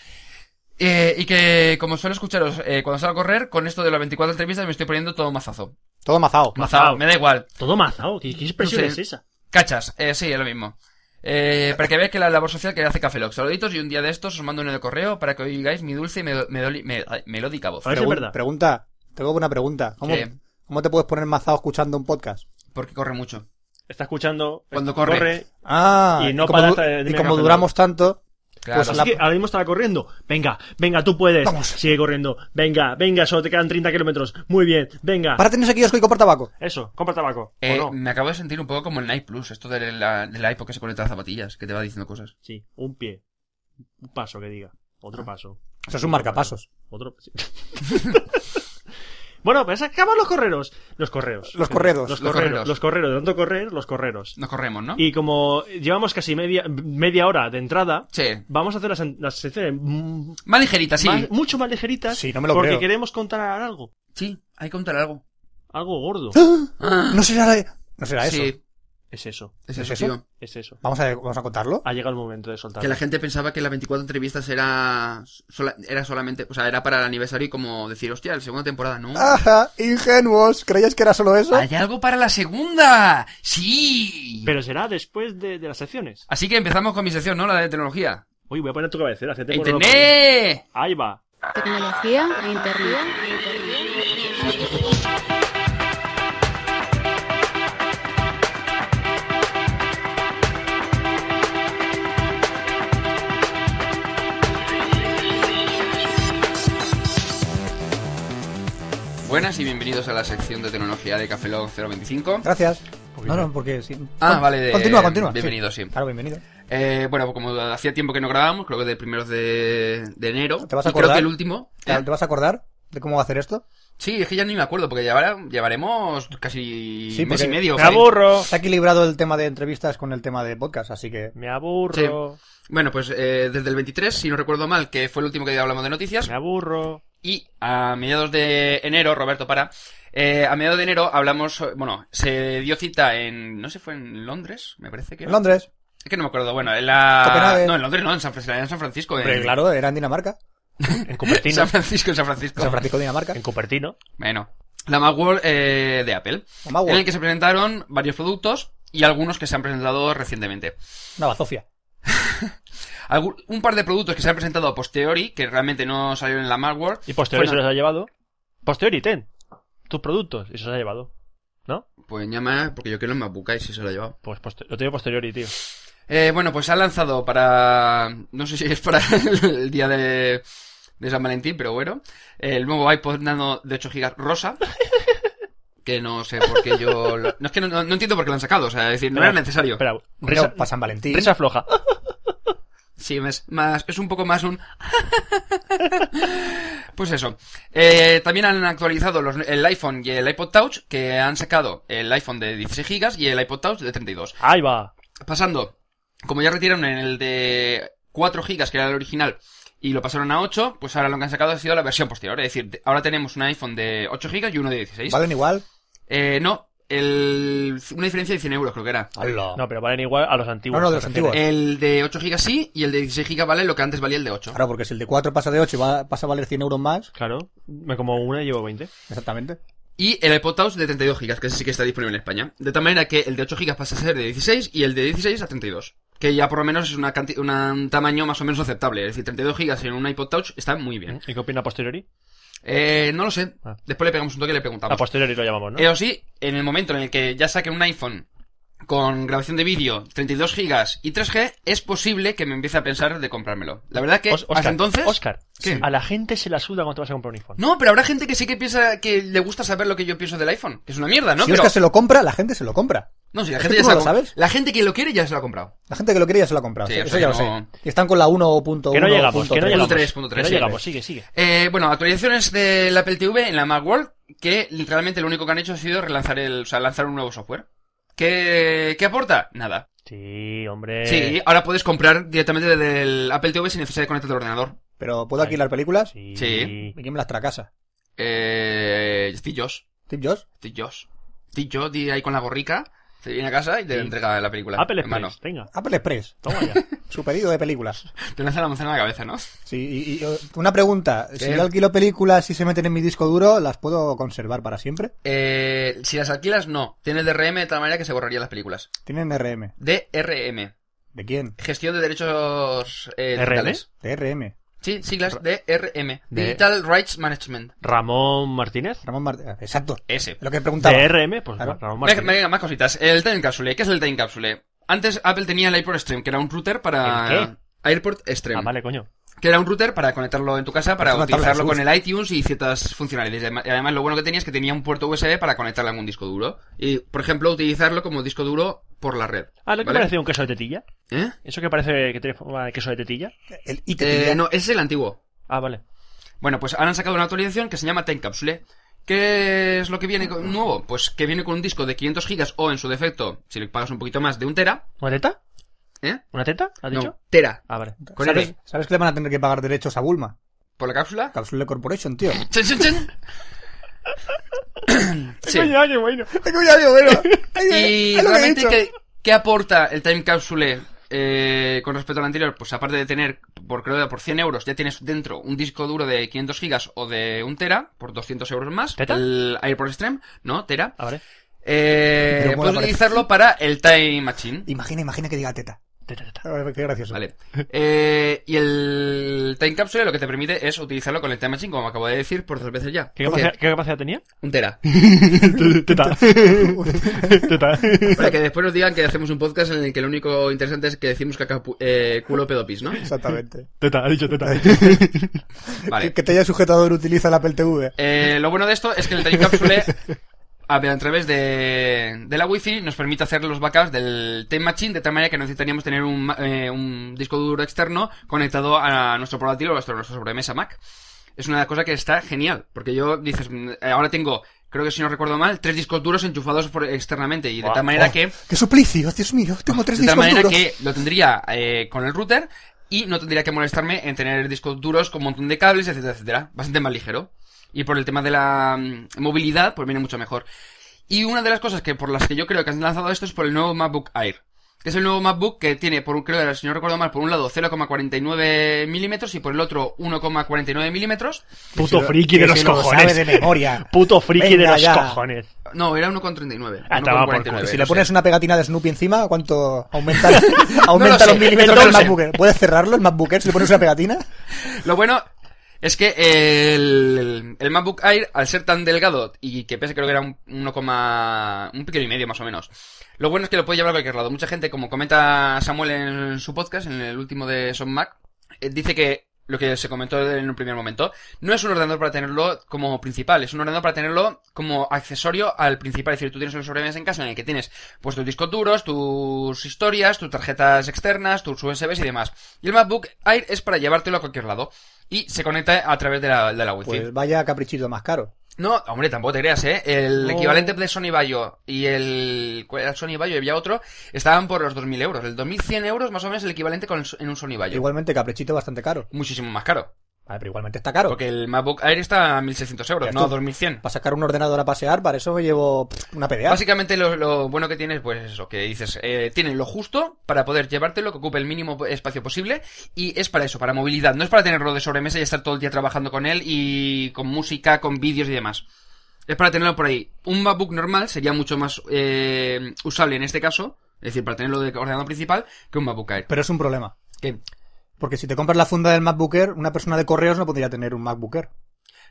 Eh, y que, como suelo escucharos eh, cuando salgo a correr, con esto de las 24 entrevistas me estoy poniendo todo mazazo. Todo mazao. Mazao, me da igual. Todo mazao. ¿Qué, qué expresión No sé. es esa? Cachas, eh, sí, es lo mismo. Eh, para que veáis que la labor social que hace Café Lock. Saluditos y un día de estos os mando uno de correo para que oigáis mi dulce y me- me- me- melódica voz. A ver si es Pregun- verdad. Pregunta. Tengo una pregunta. ¿Cómo, Sí. ¿Cómo te puedes poner mazao escuchando un podcast? Porque corre mucho. Está escuchando. Cuando eh, corre. Ah, Y no como, para du- hasta el y mega como café. duramos tanto, Claro. Pues Así la- que ahora mismo estaba corriendo. Venga, venga, tú puedes. Vamos. Sigue corriendo. Venga, venga, solo te quedan 30 kilómetros. Muy bien, venga. Para tener aquí y comprar tabaco. Eso, compra tabaco. Eh, ¿O no? Me acabo de sentir un poco como el Night Plus, esto de la, de la época que se conecta a las zapatillas, que te va diciendo cosas. Sí, un pie. Un paso que diga. Ah. Otro paso. Eso es un marcapasos. Otro. sí. bueno, pues acaban los correros. Los correos. Los correros. Los Los correros. correros. Los correros. De tanto correr, los correros. Nos corremos, ¿no? Y como llevamos casi media, media hora de entrada, Sí. vamos a hacer las, las secciones mm, Más ligerita, Ah, sí. más- mucho más ligeritas. Sí, no me lo Ah. porque creo. queremos contar algo. Sí, hay que contar algo. Algo gordo. Ah, No será, la- no será eso. sí, Es eso. es ¿Es eso, eso? tío. Es eso. Vamos a, vamos a contarlo. Ha llegado el momento de soltar. Que la gente pensaba que las 24 entrevistas era, sola- era solamente, o sea, era para el aniversario y como decir, hostia, la segunda temporada, ¿no? Ajá, ingenuos. ¿Creíais que era solo eso? ¡Hay algo para la segunda! ¡Sí! Pero será después de, de las secciones. Así que empezamos con mi sección, ¿no? La de tecnología. Uy, voy a poner tu cabecera. hacete por- ¡Internet! Ahí va. Tecnología e internet. Buenas y bienvenidos a la sección de tecnología de Café Log 025. Gracias. No, no, porque sí. Ah, Con- vale, de- Continúa, continúa. bienvenido, sí. Claro, bienvenido. Eh, bueno, como hacía tiempo que no grabábamos, creo que de primeros de, de enero. ¿Te vas a y creo acordar? que el último. ¿eh? Claro, ¿Te vas a acordar de cómo va a hacer esto? Sí, es que ya ni me acuerdo, porque llevará- llevaremos casi Sí, mes porque- y medio. Me por ahí. aburro. Se ha equilibrado el tema de entrevistas con el tema de podcast, así que... Me aburro. Bueno, pues eh, desde el 23, si no recuerdo mal, que fue el último que hablamos de noticias. Me aburro. Y a mediados de enero, Roberto, para. eh, a mediados de enero hablamos. Bueno, se dio cita en. No sé, fue en Londres, me parece que. En era. Londres. Es que no me acuerdo. Bueno, en la. Copenhague. No, en Londres, no, en San, Fran- en San Francisco. En... Hombre, claro, era en Dinamarca. En Cupertino. San Francisco, en San Francisco. San Francisco, Dinamarca. en Cupertino. Bueno, la Macworld eh, de Apple. La Macworld. En el que se presentaron varios productos y algunos que se han presentado recientemente. Una bazofia. Algún- un par de productos que se han presentado a posteriori, que realmente no salieron en la Macworld. Y posteriori Pues se Bueno. los ha llevado. Posteriori, ten. Tus productos. Y se los ha llevado. ¿No? Pues llama, porque yo quiero el MacBook Air si se lo ha llevado. Pues poster- lo tengo posteriori, tío. Eh, bueno, pues se ha lanzado para... No sé si es para el, el día de, de San Valentín, pero bueno. El nuevo iPod Nano de 8 GB rosa. Que no sé por qué yo... lo- No es que no, no- no entiendo por qué lo han sacado. O sea, es decir, no era necesario. Espera, Pero risa, para San Valentín. risa floja. Sí, es más, es un poco más un... pues eso. Eh, también han actualizado los- el iPhone y el iPod Touch, que han sacado el iPhone de 16 GB y el iPod Touch de 32. Ahí va. Pasando, como ya retiraron el de 4 GB, que era el original, y lo pasaron a 8, pues ahora lo que han sacado ha sido la versión posterior. Es decir, te- ahora tenemos un iPhone de 8 GB y uno de 16. ¿Valen igual? Eh, no, el, una diferencia de 100 euros creo que era. Ah, No, pero valen igual a los antiguos. No, no, de los me refiero. antiguos. El de 8 GB sí, y el de 16 GB vale lo que antes valía el de 8. Claro, porque si el de 4 pasa de 8 y va, pasa a valer 100 euros más, Claro, me como una y llevo 20. exactamente. Y el iPod Touch de 32 GB, que ese sí que está disponible en España. De tal manera que el de 8 GB pasa a ser de 16 y el de 16 a 32. Que ya por lo menos es una canti- una- un tamaño más o menos aceptable. Es decir, 32 GB en un iPod Touch está muy bien. ¿Y qué opina posteriori? Eh, no lo sé. Ah. Después le pegamos un toque y le A preguntamos. posteriori lo llamamos, ¿no? Eso sí, en el momento en el que ya saquen un iPhone con grabación de vídeo, 32 GB y 3G, es posible que me empiece a pensar de comprármelo. La verdad que Os- Oscar, hasta entonces... Oscar, ¿Qué? a la gente se la suda cuando te vas a comprar un iPhone. No, pero habrá gente que sí que piensa que le gusta saber lo que yo pienso del iPhone. Que es una mierda, ¿no? si pero... Oscar se lo compra, la gente se lo compra. No, si la Es gente que ya tú se no lo lo com- sabes. La gente que lo quiere ya se lo ha comprado. La gente que lo quería ya se lo ha comprado. Sí, sí, o eso sea, ya que lo no- sé. Y están con la 1.1. Que no llegamos, que no llegamos. 3.3, que no sí, llegamos, sigue, sigue. Eh, bueno, actualizaciones del Apple TV en la Macworld que literalmente lo único que han hecho ha sido relanzar el, o sea, lanzar un nuevo software. ¿Qué, qué aporta? Nada. Sí, hombre. Sí, ahora puedes comprar directamente desde el Apple TV sin necesidad de conectarte al ordenador. Pero ¿puedo alquilar películas? Sí. Sí. ¿Y quién me las trae a casa? Eh, Steve Jobs. ¿Tip Jobs? Steve Jobs. Steve Jobs di ahí con la gorrica, te viene a casa y te Sí. entrega la película. Apple en mano. Express, venga, Apple Express. toma ya. Su pedido de películas. Te lanza la manzana en la cabeza, ¿no? Sí, y, y, eh, una pregunta. Si ¿Qué? yo alquilo películas y se meten en mi disco duro, ¿las puedo conservar para siempre? Eh, si las alquilas, no. Tiene el DRM de tal manera que se borrarían las películas. Tienen RM. DRM. ¿De quién? Gestión de derechos eh, ¿RM? digitales. De RM. Sí, siglas DRM. De- Digital Rights Management. Ramón Martínez. Ramón Martínez. Exacto. S. Lo que preguntaba. DRM, pues Claro. Ramón Venga, Martínez. venga, más cositas. El Time Capsule. ¿Qué es el Time Capsule? Antes Apple tenía el Airport Stream, que era un router ¿El para... Airport Stream. Ah, vale, coño. Que era un router para conectarlo en tu casa, para Es una tabla de utilizarlo con surf. el iTunes y ciertas funcionalidades. Y además lo bueno que tenía es que tenía un puerto USB para conectarlo a algún disco duro. Y, por ejemplo, utilizarlo como disco duro por la red. Ah, ¿lo que ¿Vale? parece un queso de tetilla? ¿Eh? ¿Eso que parece que tiene forma de queso de tetilla? El IT. Eh, no, ese es el antiguo. Ah, vale. Bueno, pues ahora han sacado una actualización que se llama Time Capsule. ¿Qué es lo que viene con- nuevo? Pues que viene con un disco de 500 gigas o, en su defecto, si le pagas un poquito más, de un tera. ¿Una teta? ¿Eh? ¿Una teta? ¿Has dicho? No, tera. Ah, vale. Con ¿Sabes, R. sabes que le van a tener que pagar derechos a Bulma? ¿Por la cápsula? Capsule Corporation, tío. ¡Chin, chin, chin! Sí. Coño, qué bueno. Tengo ya, yo, bueno. Ay, ay, Y es lo que he realmente, dicho. ¿qué, qué aporta el Time Capsule eh, con respecto al anterior? Pues aparte de tener, por creo, que por 100 euros, ya tienes dentro un disco duro de 500 gigas o de un tera, por 200 euros más. ¿Teta? El Airport Stream, no, tera. Ah, vale. Eh, Pero mola, puedes utilizarlo para el Time Machine. Imagina, imagina que diga teta. Teta, teta. A ver, Qué gracioso. Vale. Eh, y el Time Capsule lo que te permite es utilizarlo con el Time Machine, como acabo de decir por dos veces ya. ¿Qué Porque- capacidad, ¿Qué capacidad tenía? Un tera. Teta. Teta. Para que después nos digan que hacemos un podcast en el que lo único interesante es que decimos caca pu- eh, culo pedopis, ¿no? Exactamente. Teta, ha dicho teta. Vale. Que, que te haya sujetador utiliza el Apple TV. Eh, lo bueno de esto es que el Time Capsule, a, ver, a través de, de la Wi-Fi, nos permite hacer los backups del Time Machine de tal manera que no necesitaríamos tener un, ma- eh, un disco duro externo conectado a nuestro portátil o a nuestro, nuestra sobremesa Mac. Es una cosa que está genial, porque yo dices, mm, eh, ahora tengo, creo que si no recuerdo mal, tres discos duros enchufados por- externamente y de Buah, tal manera Oh, que ¡Qué suplicio! Dios mío, tengo tres de tal discos manera duros. que lo tendría eh, con el router y no tendría que molestarme en tener discos duros con un montón de cables, etcétera, etcétera. Bastante más ligero. Y por el tema de la mm, movilidad, pues viene mucho mejor. Y una de las cosas que por las que yo creo que han lanzado esto es por el nuevo MacBook Air. Que es el nuevo MacBook que tiene, por un, creo, si no recuerdo mal, por un lado 0,49 milímetros y por el otro 1,49 milímetros. Puto Que friki se de lo- los que se lo cojones. sabe de memoria. Puto friki de Venga, los ya. cojones. No, era 1,39. Ah, te va por 1,49, culo. Si no le sé. pones una pegatina de Snoopy encima, ¿cuánto aumenta, aumenta No lo sé, los milímetros no lo del sé. MacBook Air? ¿Puedes cerrarlo, el MacBook Air, si le pones una pegatina? Lo bueno es que el, el MacBook Air, al ser tan delgado y que pese creo que era un 1, un pico y medio más o menos, Lo bueno es que lo puede llevar a cualquier lado. Mucha gente, como comenta Samuel en su podcast, en el último de Son Mac, eh, dice que lo que se comentó en un primer momento, no es un ordenador para tenerlo como principal, es un ordenador para tenerlo como accesorio al principal. Es decir, tú tienes un sobremesa en casa en el que tienes pues tus discos duros, tus historias, tus tarjetas externas, tus USBs y demás. Y el MacBook Air es para llevártelo a cualquier lado y se conecta a través de la, de la Wi-Fi. Pues vaya caprichito más caro. No, hombre, tampoco te creas, ¿eh? El No. equivalente de Sony Bayo y el... ¿Cuál era el Sony Bayo? Y había otro. Estaban por los 2.000 euros. El 2.100 euros más o menos el equivalente con, en un Sony Bayo. Igualmente, caprichito bastante caro. Muchísimo más caro. Vale, pero igualmente está caro. Porque el MacBook Air está a 1.600 euros, Ya no a tú. 2.100. Para sacar un ordenador a pasear, para eso me llevo pff, una PDA. Básicamente lo, lo bueno que tienes, pues es lo que dices, eh, tienen lo justo para poder llevártelo, que ocupe el mínimo espacio posible, y es para eso, para movilidad, no es para tenerlo de sobremesa y estar todo el día trabajando con él y con música, con vídeos y demás. Es para tenerlo por ahí. Un MacBook normal sería mucho más eh, usable en este caso, es decir, para tenerlo de ordenador principal, que un MacBook Air. Pero es un problema. Que- Porque si te compras la funda del MacBook Air, una persona de correos no podría tener un MacBook Air.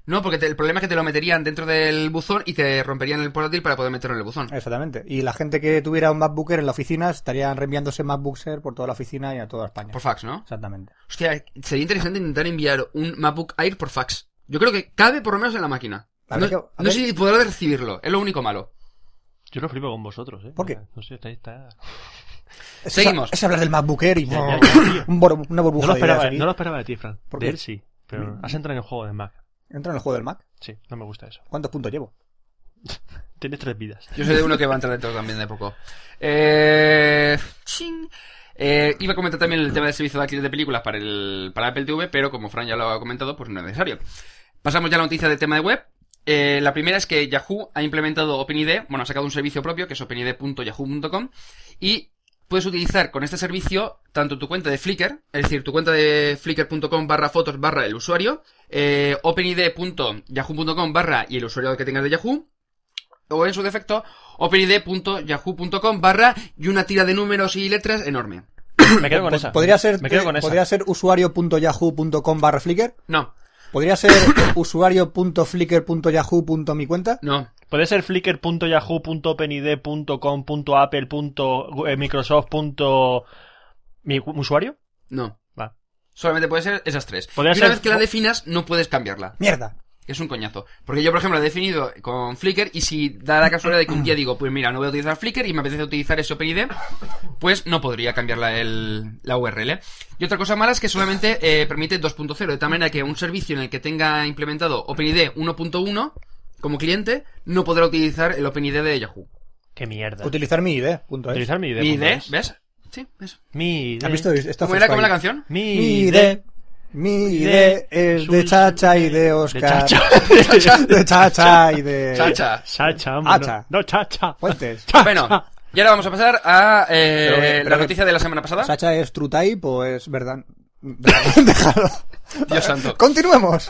No, porque te- el problema es que te lo meterían dentro del buzón y te romperían el portátil para poder meterlo en el buzón. Exactamente. Y la gente que tuviera un MacBook Air en la oficina estarían reenviándose MacBooks Air por toda la oficina y a toda España. Por fax, ¿no? Exactamente. Hostia, sería interesante intentar enviar un MacBook Air por fax. Yo creo que cabe por lo menos en la máquina. A ver no qué- a no ver. sé si podrá recibirlo, es lo único malo. Yo no flipo con vosotros, ¿eh? ¿Por qué? No sé, está... está... Es- Seguimos. Es, hablar del MacBook Air y Ya, ya, ya, tío. un bor- una burbuja No lo, de ideas esperaba, aquí. no lo esperaba de ti, Fran. ¿Por De qué? Mm. él sí, pero has entrado en el juego de Mac. Entra en el juego del Mac. Sí, no me gusta eso. ¿Cuántos puntos llevo? Tienes tres vidas. Yo soy de uno que va a entrar dentro también de poco. Eh... ching. Eh, iba a comentar también el tema del servicio de alquiler de películas para, el, para Apple TV, pero como Fran ya lo ha comentado, pues no es necesario. Pasamos ya a la noticia del tema de web. Eh, la primera es que Yahoo ha implementado OpenID, bueno, ha sacado un servicio propio que es openid.yahoo.com y puedes utilizar con este servicio tanto tu cuenta de Flickr, es decir, tu cuenta de flickr.com barra fotos barra el usuario, eh, openid.yahoo.com barra y el usuario que tengas de Yahoo, o en su defecto, openid.yahoo.com barra y una tira de números y letras enorme. Me quedo con Po- esa. Podría ser, Me quedo eh, con esa. podría ser usuario.yahoo.com barra flickr. No, Podría ser usuario.flickr.yahoo.mi cuenta. no, Puede ser eh, flickr.yahoo.penid.com.apple.microsoft.mi usuario. no. Va. Solamente puede ser esas tres. Y Podría una ser- vez que la definas, no puedes cambiarla. Mierda. Es un coñazo. Porque yo, por ejemplo, lo he definido con Flickr y si da la casualidad de que un día digo, pues mira, no voy a utilizar Flickr y me apetece utilizar ese OpenID, pues no podría cambiar la, el- la URL. Y otra cosa mala es que solamente eh, permite 2.0, de tal manera que un servicio en el que tenga implementado OpenID 1.1 como cliente no podrá utilizar el OpenID de Yahoo. Qué mierda. Utilizar mi ID. Punto es. Utilizar mi ID. Mi punto ID, es. ¿ves? Sí, ¿ves? Mi ID. ¿Has visto esto? ¿Cómo era, Fue cómo era la Spy. canción? Mi Mi ID. ID. Mi ID es de Chacha y de Oscar. De Chacha. De Chacha y de. Chacha. Chacha, hombre, Hacha. No, no, chacha. Fuentes. Chacha. Bueno, y ahora vamos a pasar a eh, Pero que- pero la que- noticia de la semana pasada. Chacha es True Type o es verdad. Déjalo. Dios santo. Continuemos.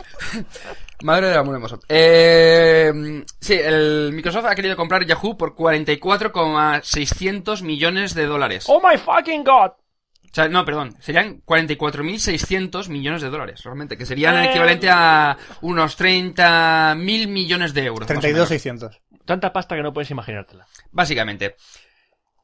Madre de la amor hermoso. Eh, mm, sí, el Microsoft ha querido comprar Yahoo por 44,600 millones de dólares. Oh my fucking god. O sea, no, perdón, serían 44.600 millones de dólares, realmente, que serían el Eh. equivalente a unos 30.000 millones de euros. más o menos. 32600. Tanta pasta que no puedes imaginártela. Básicamente.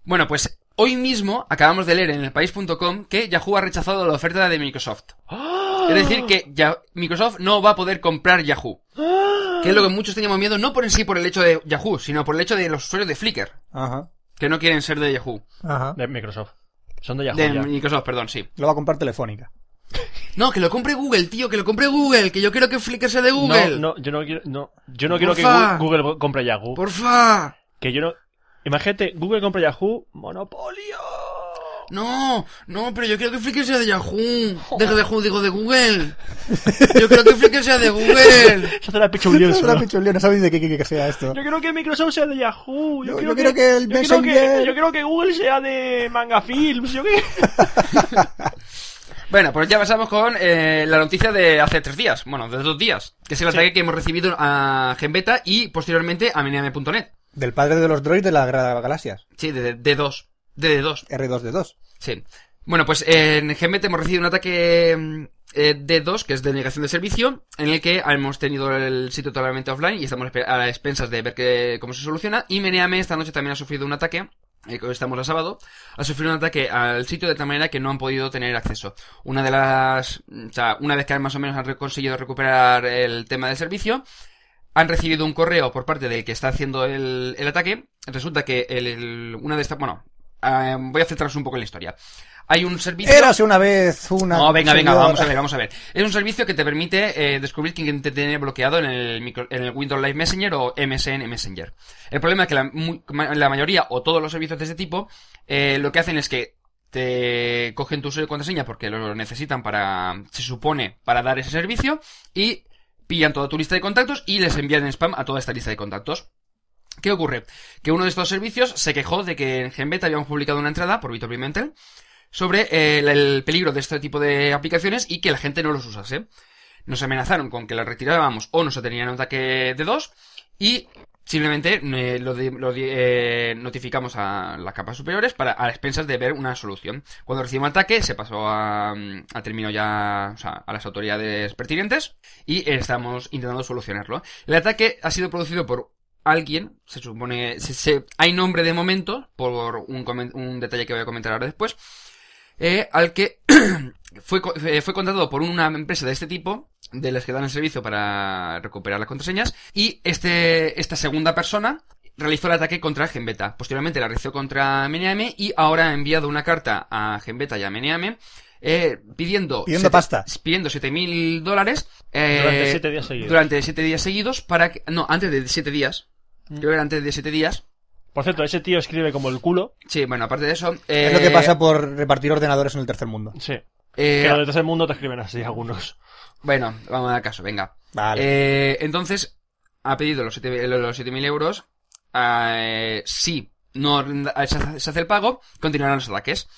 Bueno, pues hoy mismo acabamos de leer en elpaís.com que Yahoo ha rechazado la oferta de Microsoft. ¡Ah! Es decir, que ya- Microsoft no va a poder comprar Yahoo. Que es lo que muchos teníamos miedo, no por en sí por el hecho de Yahoo, sino por el hecho de los usuarios de Flickr, Ajá. que no quieren ser de Yahoo. Ajá. De Microsoft. Son de Yahoo. De ya. Microsoft, perdón, sí. Lo va a comprar Telefónica. No, que lo compre Google, tío, que lo compre Google, que yo quiero que Flickr sea de Google. No, no, yo no quiero, no, yo no quiero que Gu- Porfa. Google compre Yahoo. Porfa. Que yo no. Imagínate, Google compra Yahoo, monopolio. No, no, pero yo quiero que Flickr sea de Yahoo. De Yahoo, digo de Google. Yo quiero que Flickr sea de Google. Se hace la picha un lío Otra solo. pichulía, no sabéis de qué quiere que sea esto. Yo quiero que Microsoft sea de Yahoo. Yo, Yo- quiero, yo quiero que el yo quiero que- Messenger- yo quiero que Google sea de Manga Films. Yo qué. Bueno, pues ya pasamos con eh, la noticia de hace tres días, bueno, de dos días, que es el ataque que hemos recibido a Genbeta y posteriormente a Miniame.net. Del padre de los droids de las gra- galaxias. Sí, de de D2. De D2, R2D2. sí. Bueno, pues eh, en Genbeta hemos recibido un ataque mm, eh, D2, que es de negación de servicio, en el que hemos tenido el sitio totalmente offline y estamos espe- a las expensas de ver que- cómo se soluciona. Y Meneame esta noche también ha sufrido un ataque eh, que hoy estamos a sábado, ha sufrido un ataque al sitio de tal manera que no han podido tener acceso. Una de las, o sea, una vez que más o menos han re- conseguido recuperar el tema del servicio, han recibido un correo por parte del que está haciendo el, el ataque. Resulta que el, el- una de estas, bueno, eh, voy a centrarnos un poco en la historia. Hay un servicio. Érase una vez una. No, venga, venga, servidora. vamos a ver, vamos a ver. Es un servicio que te permite eh, descubrir quién te tiene bloqueado en el, micro- en el Windows Live Messenger o MSN Messenger. El problema es que la, mu- ma- la mayoría o todos los servicios de este tipo eh, lo que hacen es que te cogen tu usuario y contraseña porque lo necesitan para, se supone, para dar ese servicio y pillan toda tu lista de contactos y les envían en spam a toda esta lista de contactos. ¿Qué ocurre? Que uno de estos servicios se quejó de que en Genbet habíamos publicado una entrada por Víctor Pimentel sobre eh, el, el peligro de este tipo de aplicaciones y que la gente no los usase. Nos amenazaron con que la retirábamos o nos tenían un ataque de dos y simplemente eh, lo, di- lo di- eh, notificamos a las capas superiores para a expensas de ver una solución. Cuando recibimos ataque se pasó a, mm, a término ya o sea, a las autoridades pertinentes y estamos intentando solucionarlo. El ataque ha sido producido por alguien, se supone, se- se- hay nombre de momento por un, comen- un detalle que voy a comentar ahora después, eh, al que fue, co- eh, fue contratado por una empresa de este tipo, de las que dan el servicio para recuperar las contraseñas, y este, esta segunda persona realizó el ataque contra Genbeta. Posteriormente la realizó contra Meneame y ahora ha enviado una carta a Genbeta y a Meneame eh, pidiendo... Pidiendo pasta. Pidiendo 7.000 dólares. eh, Durante siete días seguidos. Durante siete días seguidos para que... No, antes de siete días. Mm. Creo que era antes de siete días. Por cierto, ese tío escribe como el culo. Sí, bueno, aparte de eso... Es eh, lo que pasa por repartir ordenadores en el tercer mundo. Sí. eh, Que los del tercer mundo te escriben así algunos. Bueno, vamos a dar caso, venga. Vale. Eh, entonces, ha pedido los 7.000 los 7.000 euros. eh, si no rinda- se hace- se hace el pago, continuarán los ataques.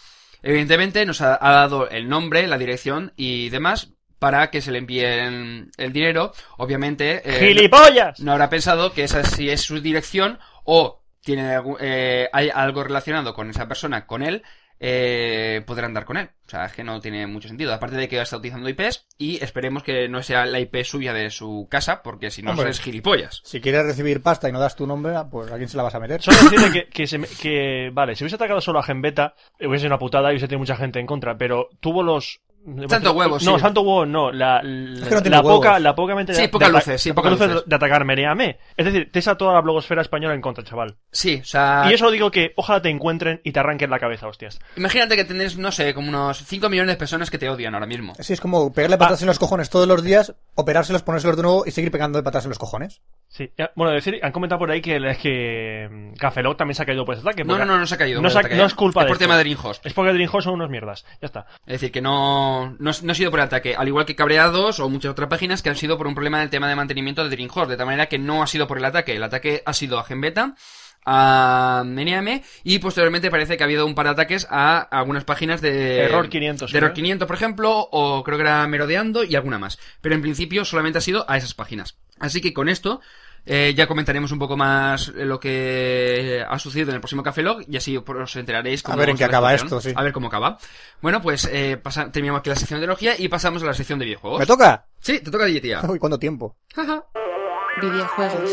Evidentemente, nos ha, ha dado el nombre, la dirección y demás para que se le envíen el dinero. Obviamente, eh, ¡Gilipollas! no habrá pensado que esa sí es su dirección o tiene algu- eh, hay algo relacionado con esa persona, con él, eh, podrá andar con él. O sea, es que no tiene mucho sentido. Aparte de que está utilizando IPs y esperemos que no sea la IP suya de su casa, porque si no, Hombre. es gilipollas. Si quieres recibir pasta y no das tu nombre, pues ¿a quién se la vas a meter? Solo decirle que, que, se me- que, vale, si hubiese atacado solo a Genbeta, hubiese sido una putada y hubiese tenido mucha gente en contra, pero tuvo los... Santo huevo, sí. No, santo huevo no, la, la, que no tiene la huevos. poca, la poca mente de- Sí, de, pocas ata- luces, sí, la pocas luces luces. de atacar Mereame. Es decir, te esa toda la blogosfera española en contra, chaval. Sí, o sea, Y eso digo que ojalá te encuentren y te arranquen la cabeza, hostias. imagínate que tenés, no sé, como unos 5 millones de personas que te odian ahora mismo. Sí, es como Ah. pegarle patadas en los cojones todos los días, operárselos, ponérselos de nuevo y seguir pegando de patadas en los cojones. Sí, ya- bueno, decir, han comentado por ahí que es que mm, Cafeloc también se ha caído por ese ataque. No, porque- no, no, no se ha caído. No, por se ha- ataque, no ¿eh? es culpa Es de por esto. tema de Dreamhost. Es porque Dreamhost son unos mierdas, ya está. Es decir, que no, no, no ha sido por el ataque. Al igual que Cabreados o muchas otras páginas que han sido por un problema del tema de mantenimiento de Dream Horse. De tal manera que no ha sido por el ataque. El ataque ha sido a Genbeta, a Meneame y posteriormente parece que ha habido un par de ataques a algunas páginas de... Error 500, De Error creo. 500, por ejemplo, o creo que era Merodeando y alguna más. Pero en principio solamente ha sido a esas páginas. Así que con esto... eh, ya comentaremos un poco más eh, lo que ha sucedido en el próximo Café Log y así os enteraréis A ver en vamos qué la acaba situación. esto, sí. A ver cómo acaba. Bueno, pues eh, pasa- terminamos aquí la sección de logía y pasamos a la sección de videojuegos. ¿Me toca? sí, te toca a ti, tía. Uy, ¿cuánto tiempo? Jaja. videojuegos,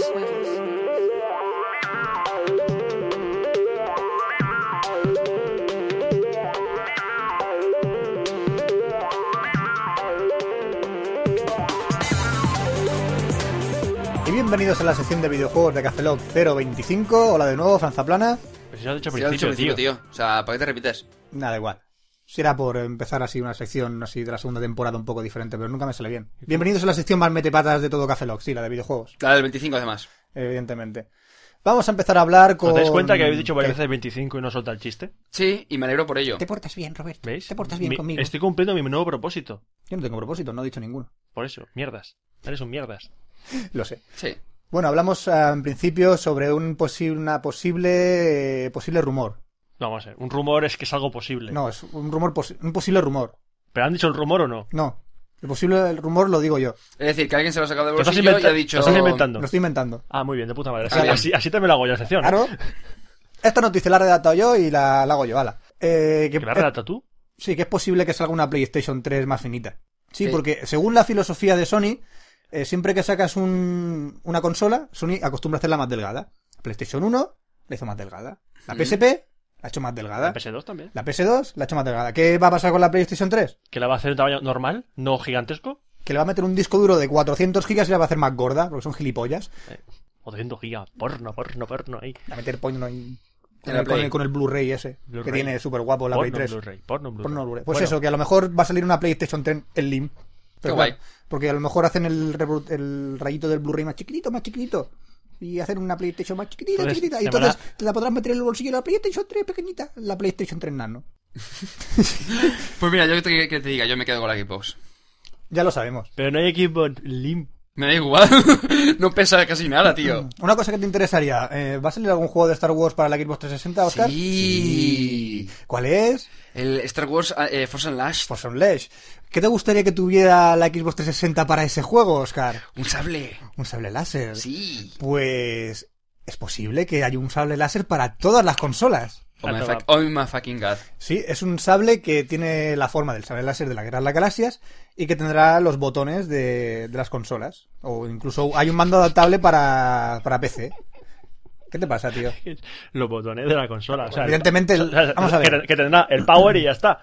Y bienvenidos a la sección de videojuegos de Cafeloc 025. Hola de nuevo, Franza Plana. Pues ya lo he dicho al Sí, lo has dicho principio, tío. al principio, tío. O sea, ¿para qué te repites? Nada, igual. Será por empezar así una sección así de la segunda temporada un poco diferente, pero nunca me sale bien. Bienvenidos a la sección más metepatas de todo Cafeloc, sí, la de videojuegos, La del 25 además. evidentemente. Vamos a empezar a hablar con... ¿Os dais cuenta que habéis dicho varias veces 25 y no solta el chiste? Sí, y me alegro por ello. Te portas bien, Roberto. ¿Veis? Te portas bien Mi- conmigo. Estoy cumpliendo mi nuevo propósito. Yo no tengo propósito, no he dicho ninguno. Por eso, mierdas. Eres un mierdas. Lo sé. Sí. Bueno, hablamos ah, en principio sobre un posi- una posible eh, posible rumor. No, vamos a ver. Un rumor es que es algo posible. No, es un rumor posi- un posible rumor. ¿Pero han dicho el rumor o no? No, el posible rumor lo digo yo. Es decir, que alguien se lo ha sacado del Te estás bolsillo y inventa- ha dicho... te estás inventando. Lo estoy inventando. Ah, muy bien, de puta madre. Así, Ah, bien. así, así también lo hago yo la sección. ¿eh? Claro. Esta noticia la he redactado yo y la, la hago yo, ala. Eh, que- ¿Que la redacta tú? Sí, que es posible que salga una PlayStation 3 más finita. Sí, Sí. porque según la filosofía de Sony, eh, siempre que sacas un- una consola, Sony acostumbra a hacerla más delgada. PlayStation 1 la hizo más delgada. La Mm. PSP La ha hecho más delgada. La PS2 también. La PS2 la ha hecho más delgada. ¿Qué va a pasar con la PlayStation 3? Que la va a hacer en tamaño normal, no gigantesco. Que le va a meter un disco duro de 400 gigas y la va a hacer más gorda, porque son gilipollas. Eh, 400 gigas, porno, porno, porno ahí. La meter porno en- con, la el, con Play. el- con el Blu-ray ese, que Blu-ray. tiene súper guapo la porno, Play 3. Blu-ray, porno, Blu-ray. Porno Blu-ray. Pues Bueno, eso, que a lo mejor va a salir una PlayStation 3 en Lim. Pero Qué claro, guay. porque a lo mejor hacen el, rebru- el rayito del Blu-ray más chiquitito, más chiquitito. Y hacen una PlayStation más chiquitita, Entonces, chiquitita. Y Pues, de entonces verdad- te la podrás meter en el bolsillo de la PlayStation 3 pequeñita, la PlayStation 3 nano. Pues mira, yo te, que te diga, yo me quedo con la Xbox. Ya lo sabemos. Pero no hay equipo limp. Me da igual. no pesa casi nada, tío. Mm. Una cosa que te interesaría, eh, ¿va a salir algún juego de Star Wars para la Xbox 360, Oscar? Sí. ¿Cuál es? El Star Wars eh, Force Unleashed. Force Unleashed. ¿Qué te gustaría que tuviera la Xbox 360 para ese juego, Oscar? Un sable. Un sable láser. Sí. Pues es posible que haya un sable láser para todas las consolas. Oh my, Ah, toma. fuck- oh my fucking god. Sí, es un sable que tiene la forma del sable láser de la Guerra de las Galaxias y que tendrá los botones de, de las consolas. O incluso hay un mando adaptable para, para PC. ¿Qué te pasa, tío? Los botones de la consola. o sea, Evidentemente, el- o sea, vamos a ver. Que, que tendrá el power y ya está.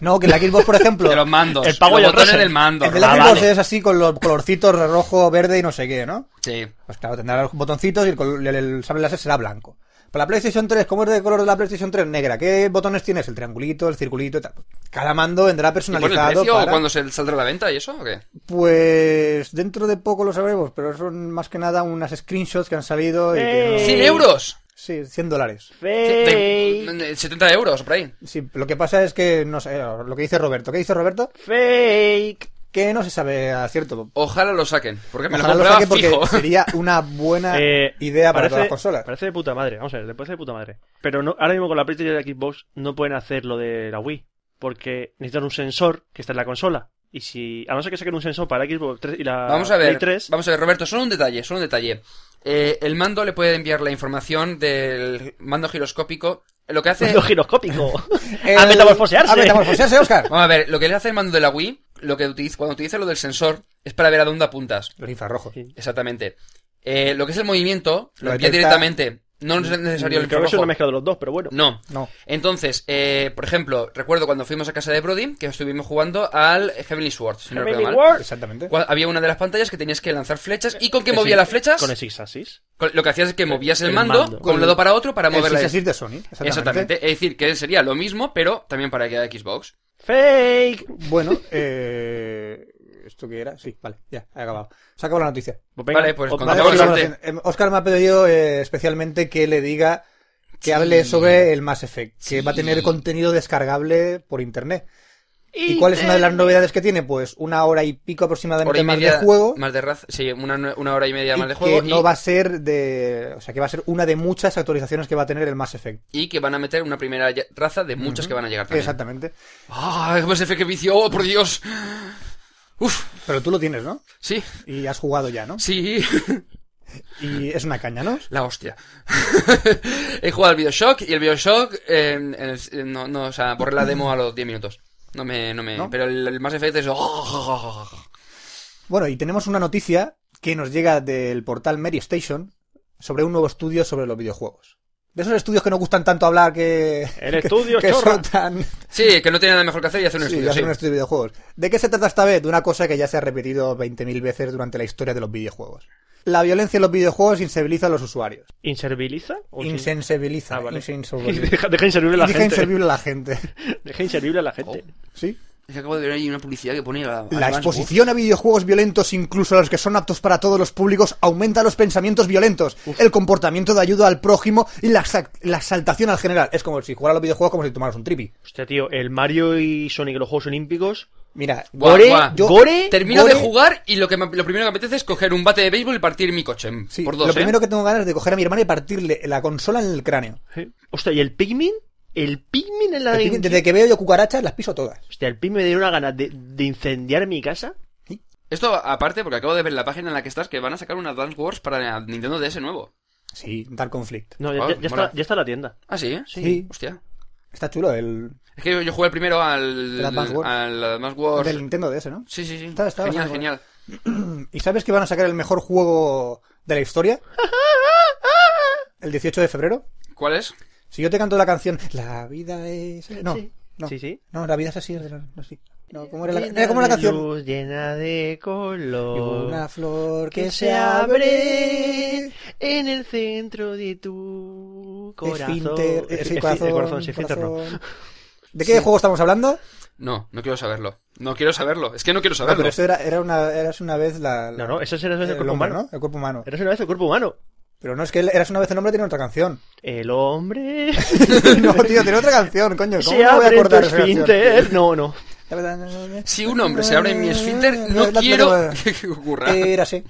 No, que la Xbox, por ejemplo, De los mandos. El pago los y el botones reset. del mando. el de la Ah, Xbox vale. es así con los colorcitos rojo, verde y no sé qué, ¿no? Sí. Pues claro, tendrá los botoncitos y el, col- el- el sable láser será blanco. Para la PlayStation 3, ¿cómo es de color de la PlayStation 3? Negra. ¿Qué botones tienes? El triangulito, el circulito y tal. Cada mando vendrá ¿Y pone el personalizado precio para... cuando se saldrá a la venta y eso o qué? Pues dentro de poco lo sabremos, pero son más que nada unas screenshots que han salido y que no- ¡Eh! ¡100 euros! Sí, 100 dólares. Fake. De- de- 70 euros por ahí. Sí, lo que pasa es que, no sé, lo que dice Roberto. ¿Qué dice Roberto? Fake. Que no se sabe a cierto. Ojalá lo saquen, porque me Ojalá lo lo compraba saque porque fijo. sería una buena Eh, idea para parece- todas las consolas. Parece de puta madre, vamos a ver, le parece de puta madre. Pero no, ahora mismo con la PlayStation y la Xbox no pueden hacer lo de la Wii, porque necesitan un sensor que está en la consola. Y si, a no ser que saquen un sensor para la Xbox 3 y la Vamos a ver, Play 3, vamos a ver, Roberto, solo un detalle, solo un detalle. Eh, el mando le puede enviar la información del mando giroscópico. Lo que hace. lo pues giroscópico. a El- metamorfosearse. Eh, A metamorfosearse, Oscar. Vamos a ver, lo que le hace el mando de la Wii, lo que utiliza, cuando utiliza lo del sensor, es para ver a dónde apuntas. Los infrarrojos. Sí. Exactamente. Eh, lo que es el movimiento, Lo lo envía detecta- directamente. No es necesario el Creo que es una infrarrojo. mezcla de los dos, pero bueno. No. No. Entonces, eh, por ejemplo, recuerdo cuando fuimos a casa de Brody, que estuvimos jugando al Heavenly Sword, si no recuerdo Heavenly mal. Word. Exactamente. Cua- Había una de las pantallas que tenías que lanzar flechas y Eh, con qué Sí, movía las flechas. Con el Six Axis. Con- Lo que hacías es que movías el el mando, mando. con un lado para otro para mover El la- Six Axis de Sony. Exactamente. Exactamente. Es decir, que sería lo mismo, pero también para que Xbox. Fake. Bueno, eh... ¿Esto qué era? Sí, vale, ya, he acabado. Se acabó la noticia. Pues venga, Vale, pues otra- Cuando Vale, acabo el sí, vamos sorteo. haciendo. Em, Oscar me ha pedido eh, especialmente que le diga que Sí. hable sobre el Mass Effect, que Sí. va a tener contenido descargable por internet. ¿Y cuál es una de las novedades que tiene? Pues una hora y pico aproximadamente Hora y más media de juego. Más de raz- sí, una, nue- una hora y media y más de juego. que y, no va a ser de. O sea, que va a ser una de muchas actualizaciones que va a tener el Mass Effect. y que van a meter una primera ya- raza de muchos que van a llegar también. Exactamente. ¡Ah! Mass Effect, qué vicio! ¡Oh, por Dios! ¡Uf! Pero tú lo tienes, ¿no? Sí, Y has jugado ya, ¿no? sí. Y es una caña, ¿no? La hostia. He jugado al Bioshock y el Bioshock. eh, en el- eh, no, no, o sea, borré la demo a los 10 minutos. No me. No me ¿No? Pero el, el Mass Effect es. oh, Bueno, y tenemos una noticia que nos llega del portal Mary Station sobre un nuevo estudio sobre los videojuegos. De esos estudios que nos gustan tanto hablar que. El estudio que chorra. son tan. Sí, que no tiene nada mejor que hacer y hacer un Sí, estudio. hacer sí. un estudio de videojuegos. ¿De qué se trata esta vez? De una cosa que ya se ha repetido 20.000 veces durante la historia de los videojuegos. La violencia en los videojuegos insensibiliza a los usuarios. ¿Inservibiliza? ¿O sí? Insensibiliza. Ah, vale. insensibiliza. Deja, deja inservible a la Deja gente. inservible a la gente. Deja inservible a la Oh. gente. ¿Sí? Es que acabo de ver ahí una publicidad que ponía la, La exposición a videojuegos violentos, incluso a los que son aptos para todos los públicos, aumenta los pensamientos violentos, el comportamiento de ayuda al prójimo y la, exa- la exaltación al general. Es como si jugara a los videojuegos como si tomaras un tripi. Hostia, tío, el Mario y Sonic en los Juegos Olímpicos. Mira, Guau, gore, guau. yo- gore. Termino Gore- de jugar y lo, que me- lo primero que me apetece es coger un bate de béisbol y partir mi coche. en- sí, por dos, lo ¿eh? primero que tengo ganas es de coger a mi hermana y partirle la consola en el cráneo. Eh, Hostia, ¿y el Pikmin? ¿El Pikmin en la El de Pikmin, Desde que veo yo cucarachas, las piso todas. Hostia, el Pikmin me dio una ganas de, de incendiar mi casa. Esto aparte, porque acabo de ver la página en la que estás, que van a sacar una Dance Wars para la Nintendo DS nuevo. Sí, Dark Conflict. No, ya, Ah, ya- ya mola. está, ya está en la tienda. Ah, sí, Sí. Hostia. Está chulo el Es que yo, yo jugué el primero al. El Advance Wars. Al Advance Wars. del Nintendo DS, ¿no? Sí, sí, sí. Está- está genial, bastante genial. ¿Y sabes que van a sacar el mejor juego de la historia? El 18 de febrero. ¿Cuál es? Si yo te canto la canción, la vida es. No, Sí. no, Sí, sí. no, la vida es así. es de- No, sí. No, ¿cómo era la, era como la de canción? Luz llena de Y color. Una flor que, que se abre. en el centro de tu corazón. Esfínter, eh, sí, Esfí- corazón, el corazón, sí, esfínter no. corazón. ¿De qué juego estamos hablando? No, no quiero saberlo. No quiero saberlo. Es que no quiero No, saberlo. pero eso era, era, una, eras una vez la. la- No, no, eso era el, el cuerpo hombre, humano. ¿no? El cuerpo humano. Eres una vez el cuerpo humano. Pero no es que él- eras una vez el hombre tiene otra canción. El hombre no, tío, tiene otra canción, coño. ¿Cómo se no voy a abre en tu acordar esa canción? esfínter. No, no. La verdad- Si un hombre se abre en mi esfínter, no La- la- quiero la- que ocurra. Eh, Érase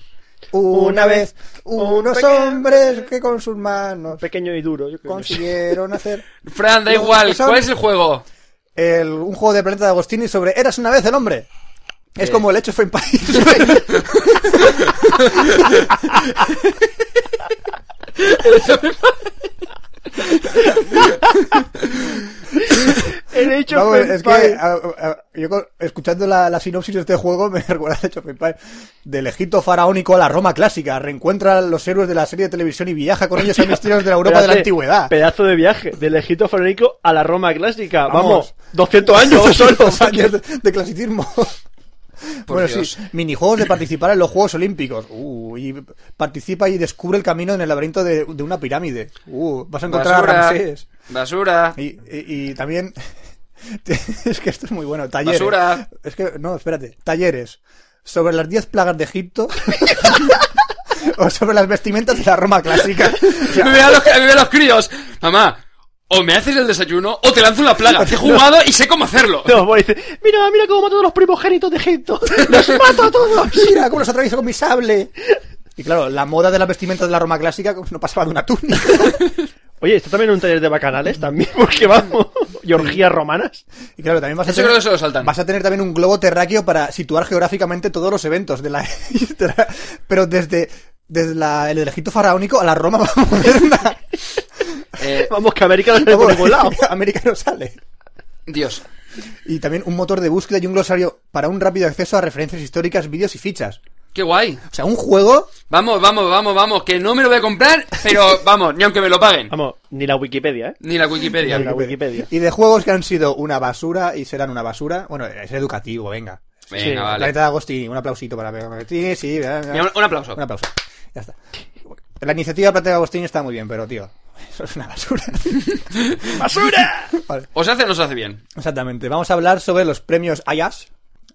una vez unos pequeño- hombres que con sus manos Pequeño y duro. Yo creo que no sé. consiguieron hacer Fran, da Los igual. que son- ¿Cuál es el juego? el- un juego de Planeta de Agostini sobre Eras una vez el hombre. Es Eh. como el hecho fue en país. El hecho Vamos, fue es que Empire. a- a- yo co- escuchando la, la sinopsis de este juego me recuerda al hecho of Empires. del Egipto faraónico a la Roma clásica. Reencuentra a los héroes de la serie de televisión y viaja con ellos a misterios de la Europa de la Espérate, antigüedad. Pedazo de viaje, del Egipto faraónico a la Roma clásica. Vamos. Vamos, 200 años solo. Los años de, de clasicismo. Por bueno, Dios. sí, minijuegos de participar en los Juegos Olímpicos. Uh, y participa y descubre el camino en el laberinto de, de una pirámide. Uh, vas a encontrar a Basura. Ramsés. Basura. Y, y- y también. es que esto es muy bueno. Talleres. Basura. Es que, no, espérate. Talleres. Sobre las 10 plagas de Egipto. o sobre las vestimentas de la Roma clásica. O sea, Me ve a los, me ve a los críos. Mamá, o me haces el desayuno o te lanzo una plaga. Te he jugado y sé cómo hacerlo. No, voy a decir, mira, mira cómo mato a los primogénitos de Egipto. Los mato a todos. Mira cómo los atravieso con mi sable. Y claro, la moda de las vestimentas de la Roma clásica pues, no pasaba de una túnica. Oye, está también en un taller de bacanales también, porque vamos, y orgías romanas. Y claro, también vas a, Eso creo que se lo saltan. vas a tener también un globo terráqueo para situar geográficamente todos los eventos de la, de la- pero desde, desde la- el Egipto faraónico a la Roma moderna. Eh, Vamos, que América no se Vamos, por ningún lado. América no sale. Dios. Y también un motor de búsqueda y un glosario para un rápido acceso a referencias históricas, vídeos y fichas. Qué guay. O sea, un juego Vamos, vamos, vamos, vamos. Que no me lo voy a comprar, pero vamos, ni aunque me lo paguen. Vamos, ni la Wikipedia, ¿eh? Ni la Wikipedia. Ni la Wikipedia. y de juegos que han sido una basura y serán una basura. Bueno, es educativo, venga. Venga, Sí. vale. Planeta de Agostini, un aplausito para Agostini, sí, bla, bla. Mira, un- un aplauso. Un aplauso. Ya está. La iniciativa de Planeta de Agostini está muy bien, pero tío, eso es una basura. ¡Basura! Vale, O se hace o no se hace bien. exactamente. Vamos a hablar sobre los premios IAS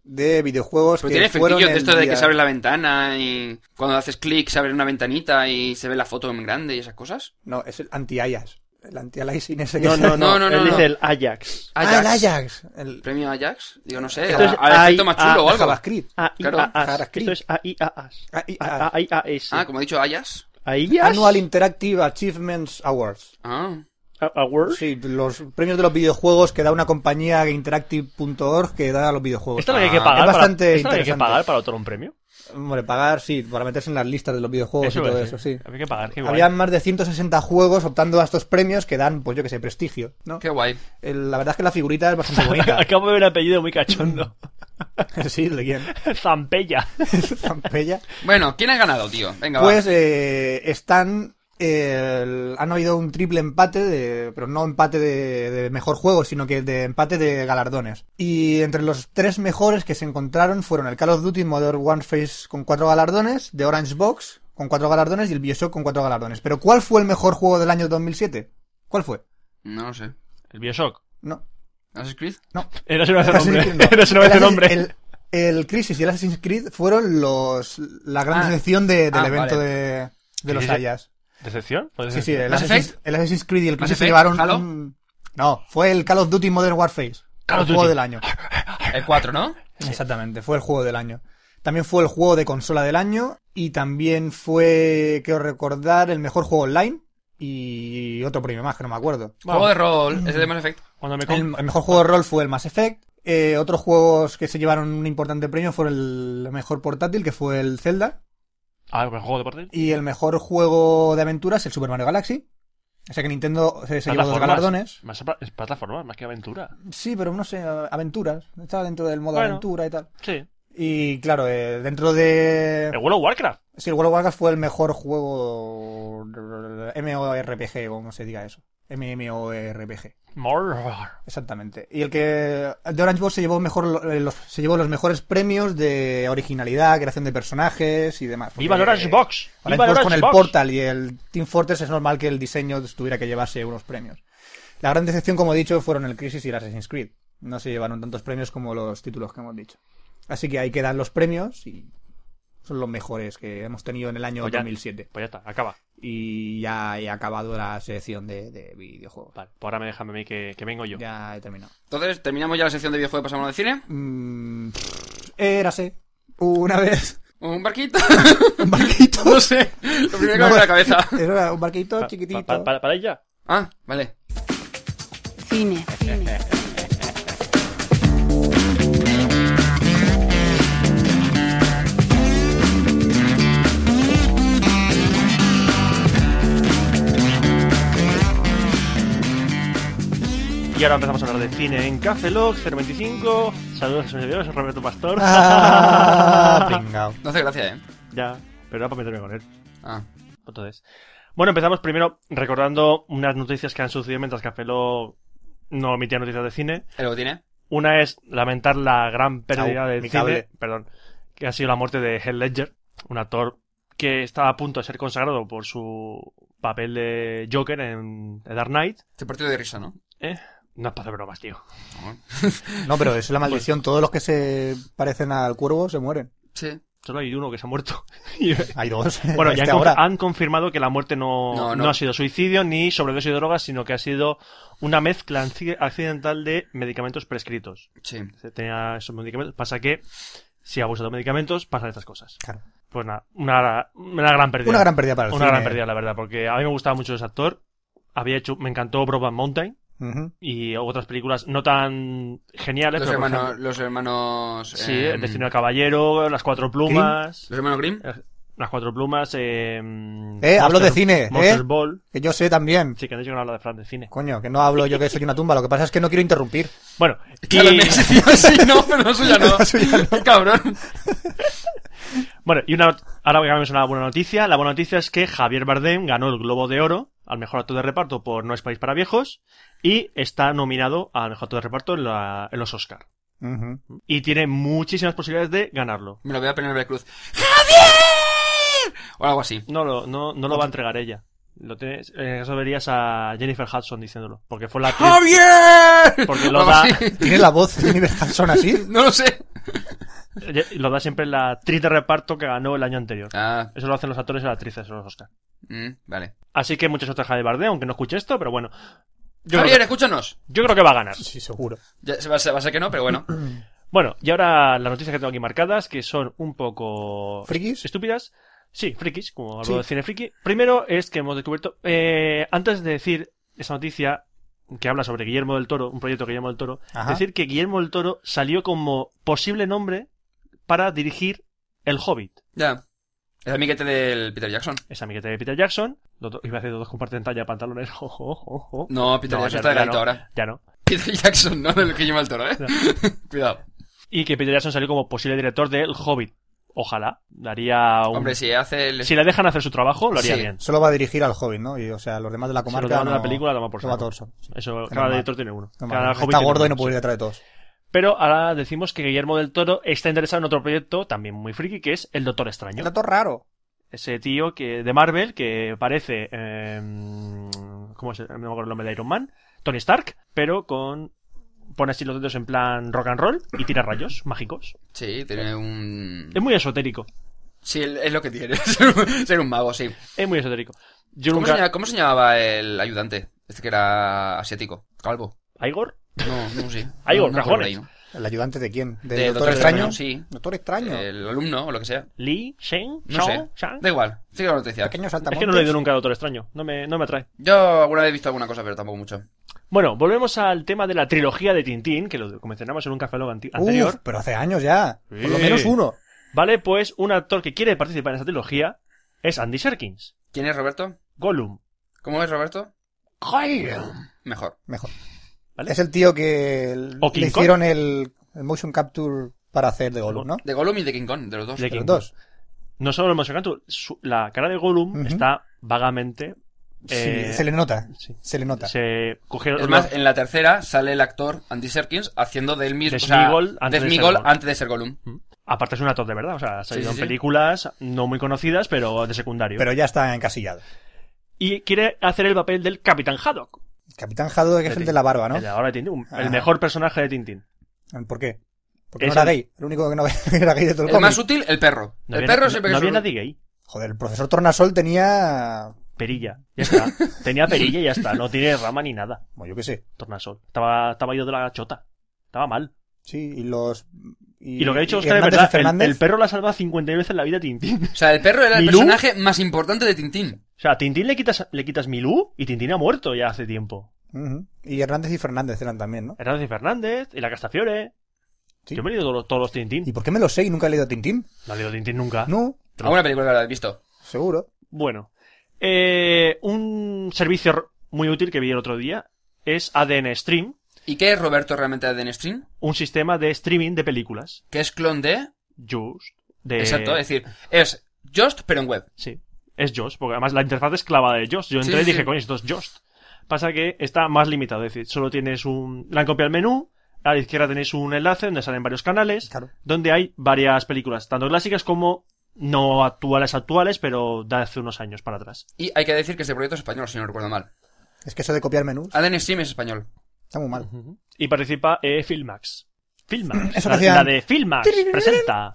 de videojuegos Pero que tiene fueron efectillos de el esto de que día- se abre la ventana y cuando haces clic se abre una ventanita y se ve la foto en grande y esas cosas. No, es el anti-IAS. El anti-aliasing ese que No, no, no, No, no, no, él dice no. el Ajax. Ah, el Ajax. El Premio Ajax. Digo, no sé. Entonces, al efecto hay- más ah, chulo o algo. JavaScript. a i Claro, a as Javascript. Esto es a i a as AIAAS. a i a s Ah, como he dicho, Ajax. ¿Aías? Annual Interactive Achievements Awards. Ah. A- Awards. Sí, los premios de los videojuegos que da una compañía interactive.org que da a los videojuegos. Esta es la que hay que Ah, pagar. es bastante para, esta es la que hay que interesante. pagar para otorgar un premio. Hombre, pagar, sí, para meterse en las listas de los videojuegos y iba a todo decir. eso, sí. Había que pagar, qué eh. guay. Había más de 160 juegos optando a estos premios que dan, pues yo que sé, prestigio, ¿no? Qué guay. El- la verdad es que la figurita es bastante bonita. Acabo de ver el apellido muy cachondo. sí, ¿de quién? Zampella. Zampella. Bueno, ¿quién ha ganado, tío? Venga, Pues va. eh, están. eh, el- han habido un triple empate, de, pero no empate de, de mejor juego, sino que de empate de galardones. Y entre los tres mejores que se encontraron fueron el Call of Duty Modern Warfare con cuatro galardones, The Orange Box con cuatro galardones y el Bioshock con cuatro galardones. Pero ¿cuál fue el mejor juego del año 2007? ¿Cuál fue? No lo sé. El Bioshock. No. ¿Has escrito? No. Era su nombre. Assassin's Creed, no. Era su nombre. El Assassin- nombre. El, el Crisis y el Assassin's Creed fueron los la gran Ah. decepción de- del Ah, evento vale. de, de los Crisis- Hayas. ¿Decepción? ¿Fue Sí, sí, decepción? el ¿Mass Assassin's, Effect? el Assassin's Creed y el ¿Mass Crisis se Effect? llevaron. ¿Halo? un- No, fue el Call of Duty Modern Warfare. Call el of juego Duty. del año. El 4, ¿no? Exactamente, fue el juego del año. También fue el juego de consola del año. Y también fue, quiero recordar, el mejor juego online. Y otro premio más, que no me acuerdo. Juego de rol. Es el de Mass Effect. Cuando me El, com- el mejor juego de rol fue el Mass Effect. Eh, otros juegos que se llevaron un importante premio fueron el mejor portátil, que fue el Zelda. Ah, el juego de portátil. Y el mejor juego de aventuras, el Super Mario Galaxy. O sea que Nintendo se, se llevó dos Plataformas. galardones. Más pla- es plataforma, más que aventura. Sí, pero no sé, aventuras. Estaba dentro del modo Bueno. aventura y tal. Sí. Y claro, eh, dentro El de. World of Warcraft. Sí, el World of Warcraft fue el mejor juego. MORPG, como se diga eso. MMORPG. Morrar. Exactamente. Y el que de Orange Box se llevó mejor lo- eh, los, se llevó los mejores premios de originalidad, creación de personajes y demás. Porque, ¡Viva el Orange eh, Box! Orange ¡Viva el Box Orange con el Box! Portal y el Team Fortress es normal que el diseño tuviera que llevarse unos premios. La gran decepción, como he dicho, fueron el Crisis y el Assassin's Creed. No se llevaron tantos premios como los títulos que hemos dicho. Así que ahí quedan los premios y son los mejores que hemos tenido en el año Pues ya. 2007. Pues ya está, acaba. Y ya he acabado la sección de, de videojuegos. Vale, pues ahora me déjame a mí que, que vengo yo. Ya he terminado. Entonces, terminamos ya la sección de videojuegos y pasamos a la de cine. Mm, érase una vez Un barquito. un barquito. no sé. Lo primero que me No. viene a la cabeza. Era un barquito Pa- chiquitito. pa- pa- para, ir ya. Ah, vale. Cine. Cine. Y ahora empezamos a hablar de cine en Café Lock 025. Saludos a sus servidores, Roberto Pastor. Ah, pringao. No hace gracia, eh. ya, pero era para meterme con él. Ah. Entonces, bueno, empezamos primero recordando unas noticias que han sucedido mientras Café Lock no emitía noticias de cine. ¿El lo tiene? Una es lamentar la gran pérdida Au, del mi cine, cable. perdón, que ha sido la muerte de Heath Ledger, un actor que estaba a punto de ser consagrado por su papel de Joker en The Dark Knight. Este partido de risa, ¿no? No es para hacer bromas, tío. No, pero es la Pues maldición. Todos los que se parecen al cuervo se mueren. Sí. Solo hay uno que se ha muerto. Y- Hay dos. bueno, ya ah, este han, confi- ahora. han confirmado que la muerte no, No, no. no ha sido suicidio ni sobredosis de drogas, sino que ha sido una mezcla anci- accidental de medicamentos prescritos. Sí. Se Tenía esos medicamentos. Pasa que si ha abusado de medicamentos, pasan estas cosas. Claro. Pues nada, una, una gran pérdida. Una gran pérdida para el Una cine. gran pérdida, la verdad, porque a mí me gustaba mucho ese actor. Había hecho, me encantó Broadband Mountain Ujú. y otras películas no tan geniales. Los pero por hermanos. ejemplo- Los hermanos. sí, eh, El Destino de Caballero, Las Cuatro Plumas. Los hermanos Grimm. eh, Las Cuatro Plumas. Eh, Eh, hablo de Monster- cine, ¿eh? Monster Ball. Que yo sé también. Sí, que han dicho que no habla de Fran de cine. Coño, que no hablo yo que soy una tumba. Lo que pasa es que no quiero interrumpir. Bueno, y, Claro, sí, sí, no, pero no suya no. La suya no. Qué cabrón. bueno, y una, ahora voy a mencionar una buena noticia. La buena noticia es que Javier Bardem ganó el Globo de Oro al mejor actor de reparto por No es País para Viejos y está nominado al mejor actor de reparto en, la- en los Oscar. Ujú. y tiene muchísimas posibilidades de ganarlo. Me lo voy a poner en Cruz. ¡Javier! O algo así. No lo, no, no lo va a entregar ella. Lo tienes, en el caso verías a Jennifer Hudson diciéndolo, porque fue la actriz- ¡Javier! Porque lo O algo da- así. Tiene la voz de Oliver Hudson así. No lo sé. ye- eh, lo da siempre la actriz de reparto que ganó el año anterior. Ah, Eso lo hacen los actores y las actrices en los Oscar. mm, vale. Así que muchas otras de Bardem, aunque no escuche esto, pero bueno. Yo, creo Javier, que, escúchanos. yo creo que va a ganar. Sí, seguro. Ya, se va, se va a ser que no, pero bueno. Bueno, y ahora las noticias que tengo aquí marcadas, que son un poco ¿Frikis? estúpidas. Sí, frikis, como hablo Sí. de cine friki. Primero es que hemos descubierto, eh, antes de decir esa noticia que habla sobre Guillermo del Toro, un proyecto de Guillermo del Toro, Ajá. decir que Guillermo del Toro salió como posible nombre para dirigir El Hobbit. Ya. Es amiguete del Peter Jackson. Es amiguete de Peter Jackson. Doctor- iba a decir dos comparten talla de pantalones. jo, jo, jo, jo. No, Peter No, Jackson ya- está ya delgadito no. ahora. Ya no. Peter Jackson, no, no el que lleva el toro, eh. No. Cuidado. Y que Peter Jackson salió como posible director de El Hobbit. Ojalá. Daría un... Hombre, si hace el. Si le dejan hacer su trabajo, lo haría Sí. bien. Solo va a dirigir al Hobbit, ¿no? Y, o sea, los demás de la Si lo comarca. demás de no... la película, toma por lo va saco. torso. Sí. Eso, Qué cada normal. director tiene uno. No, Cada no, hobbit está tiene gordo y uno, no puede ir detrás de todos. sí. Pero ahora decimos que Guillermo del Toro está interesado en otro proyecto también muy friki, que es El Doctor Es Extraño. dato raro. Ese tío que de Marvel que parece... eh, ¿Cómo es? el- No me acuerdo el nombre de Iron Man. Tony Stark, pero con... Pone así los dedos en plan rock and roll y tira rayos mágicos. Sí, tiene un. Es muy esotérico. Sí, el- es lo que tiene. ser un- ser un mago, sí. Es muy esotérico. Yo ¿Cómo, se nunca... llama- cómo se llamaba el ayudante? Este que era asiático. Calvo. ¿A Igor? No, no sé. Aigo, No, no rajones. recuerdo ¿El ayudante de quién? ¿Del De doctor, extraño? Sí. Doctor extraño. Eh, El alumno o lo que sea. ¿Lee? ¿Shane? No sé. ¿Shao? ¿Shang? Da igual. Sigue la noticia. Pequeño Es saltamontes. que no lo he leído nunca Doctor Extraño. No me, no me atrae. Yo alguna vez he visto alguna cosa, pero tampoco mucho. Bueno, volvemos al tema de la trilogía de Tintín, que lo mencionamos en un café Lock anti- anterior. Uf, pero hace años ya. Por lo Sí. menos uno. Vale, pues un actor que quiere participar en esta trilogía es Andy Serkins. ¿Quién es Roberto? Gollum. ¿Cómo es Roberto? Gollum. Mejor. Mejor. ¿Vale? Es el tío que el- O King le hicieron el, el motion capture para hacer de Gollum, ¿no? De Gollum y de King Kong, de los dos. De Los King dos. No solo el motion capture, su- la cara de Gollum Ujú. está vagamente Eh, Sí, se le nota. sí. Se le nota. se cogieron Es más, eh, en la tercera sale el actor Andy Serkins haciendo de él mismo. De o sea, Sméagol antes de de Sméagol ser Gollum. antes de ser Gollum. aparte es un actor de verdad o sea ha salido sí, sí. en películas no muy conocidas pero de secundario Pero ya está encasillado. y quiere hacer el papel del Capitán Haddock Capitán Haddock que es el de la barba, ¿no? el de ahora de Tintín, un- Ah. el mejor personaje de Tintín ¿Por qué? Porque no Es era el- gay. El único que no era gay de todo el El más cómic. útil, el perro. no el había, perro no- siempre que no es había un- nadie gay Joder, el profesor Tornasol tenía... perilla ya está tenía perilla y ya está no tiene rama ni nada Bueno, yo qué sé. tornasol estaba estaba ido de la chota estaba mal Sí, y los... y, lo que ha dicho y Oscar es Hernández y verdad el, Fernández. el perro la ha salvado 50 veces en la vida a Tintín O sea, el perro era el ¿Milú? personaje más importante de Tintín. o sea a Tintín le quitas le quitas Milú y Tintín ha muerto ya hace tiempo Ujú. Y Hernández y Fernández eran también, ¿no? Hernández y Fernández y la Castafiore Sí. yo me he leído todos, los- todos los Tintín ¿Y por qué me lo sé y nunca he leído Tintín? no he leído Tintín nunca No, Alguna película que lo habéis visto. seguro. Bueno, eh, un servicio r- muy útil que vi el otro día es ADN Stream, ¿Y qué es Roberto realmente de Aden Stream? un sistema de streaming de películas. Que es clon de... Just. De... Exacto, es decir, es Just, pero en web. Sí, es Just, porque además la interfaz es clavada de Just. Yo entré Sí, y sí, dije, sí. coño, esto es Just. Pasa que está más limitado, es decir, solo tienes un... La han copiado el menú, a la izquierda tenéis un enlace donde salen varios canales, Pues Claro. donde hay varias películas, tanto clásicas como no actuales actuales, pero de hace unos años para atrás. Y hay que decir que este proyecto es español, si no recuerdo mal. Es que eso de copiar menús Aden Stream es español. está muy mal. Y participa eh, Filmax. Filmax. Eso La, que hacían- la de Filmax presenta.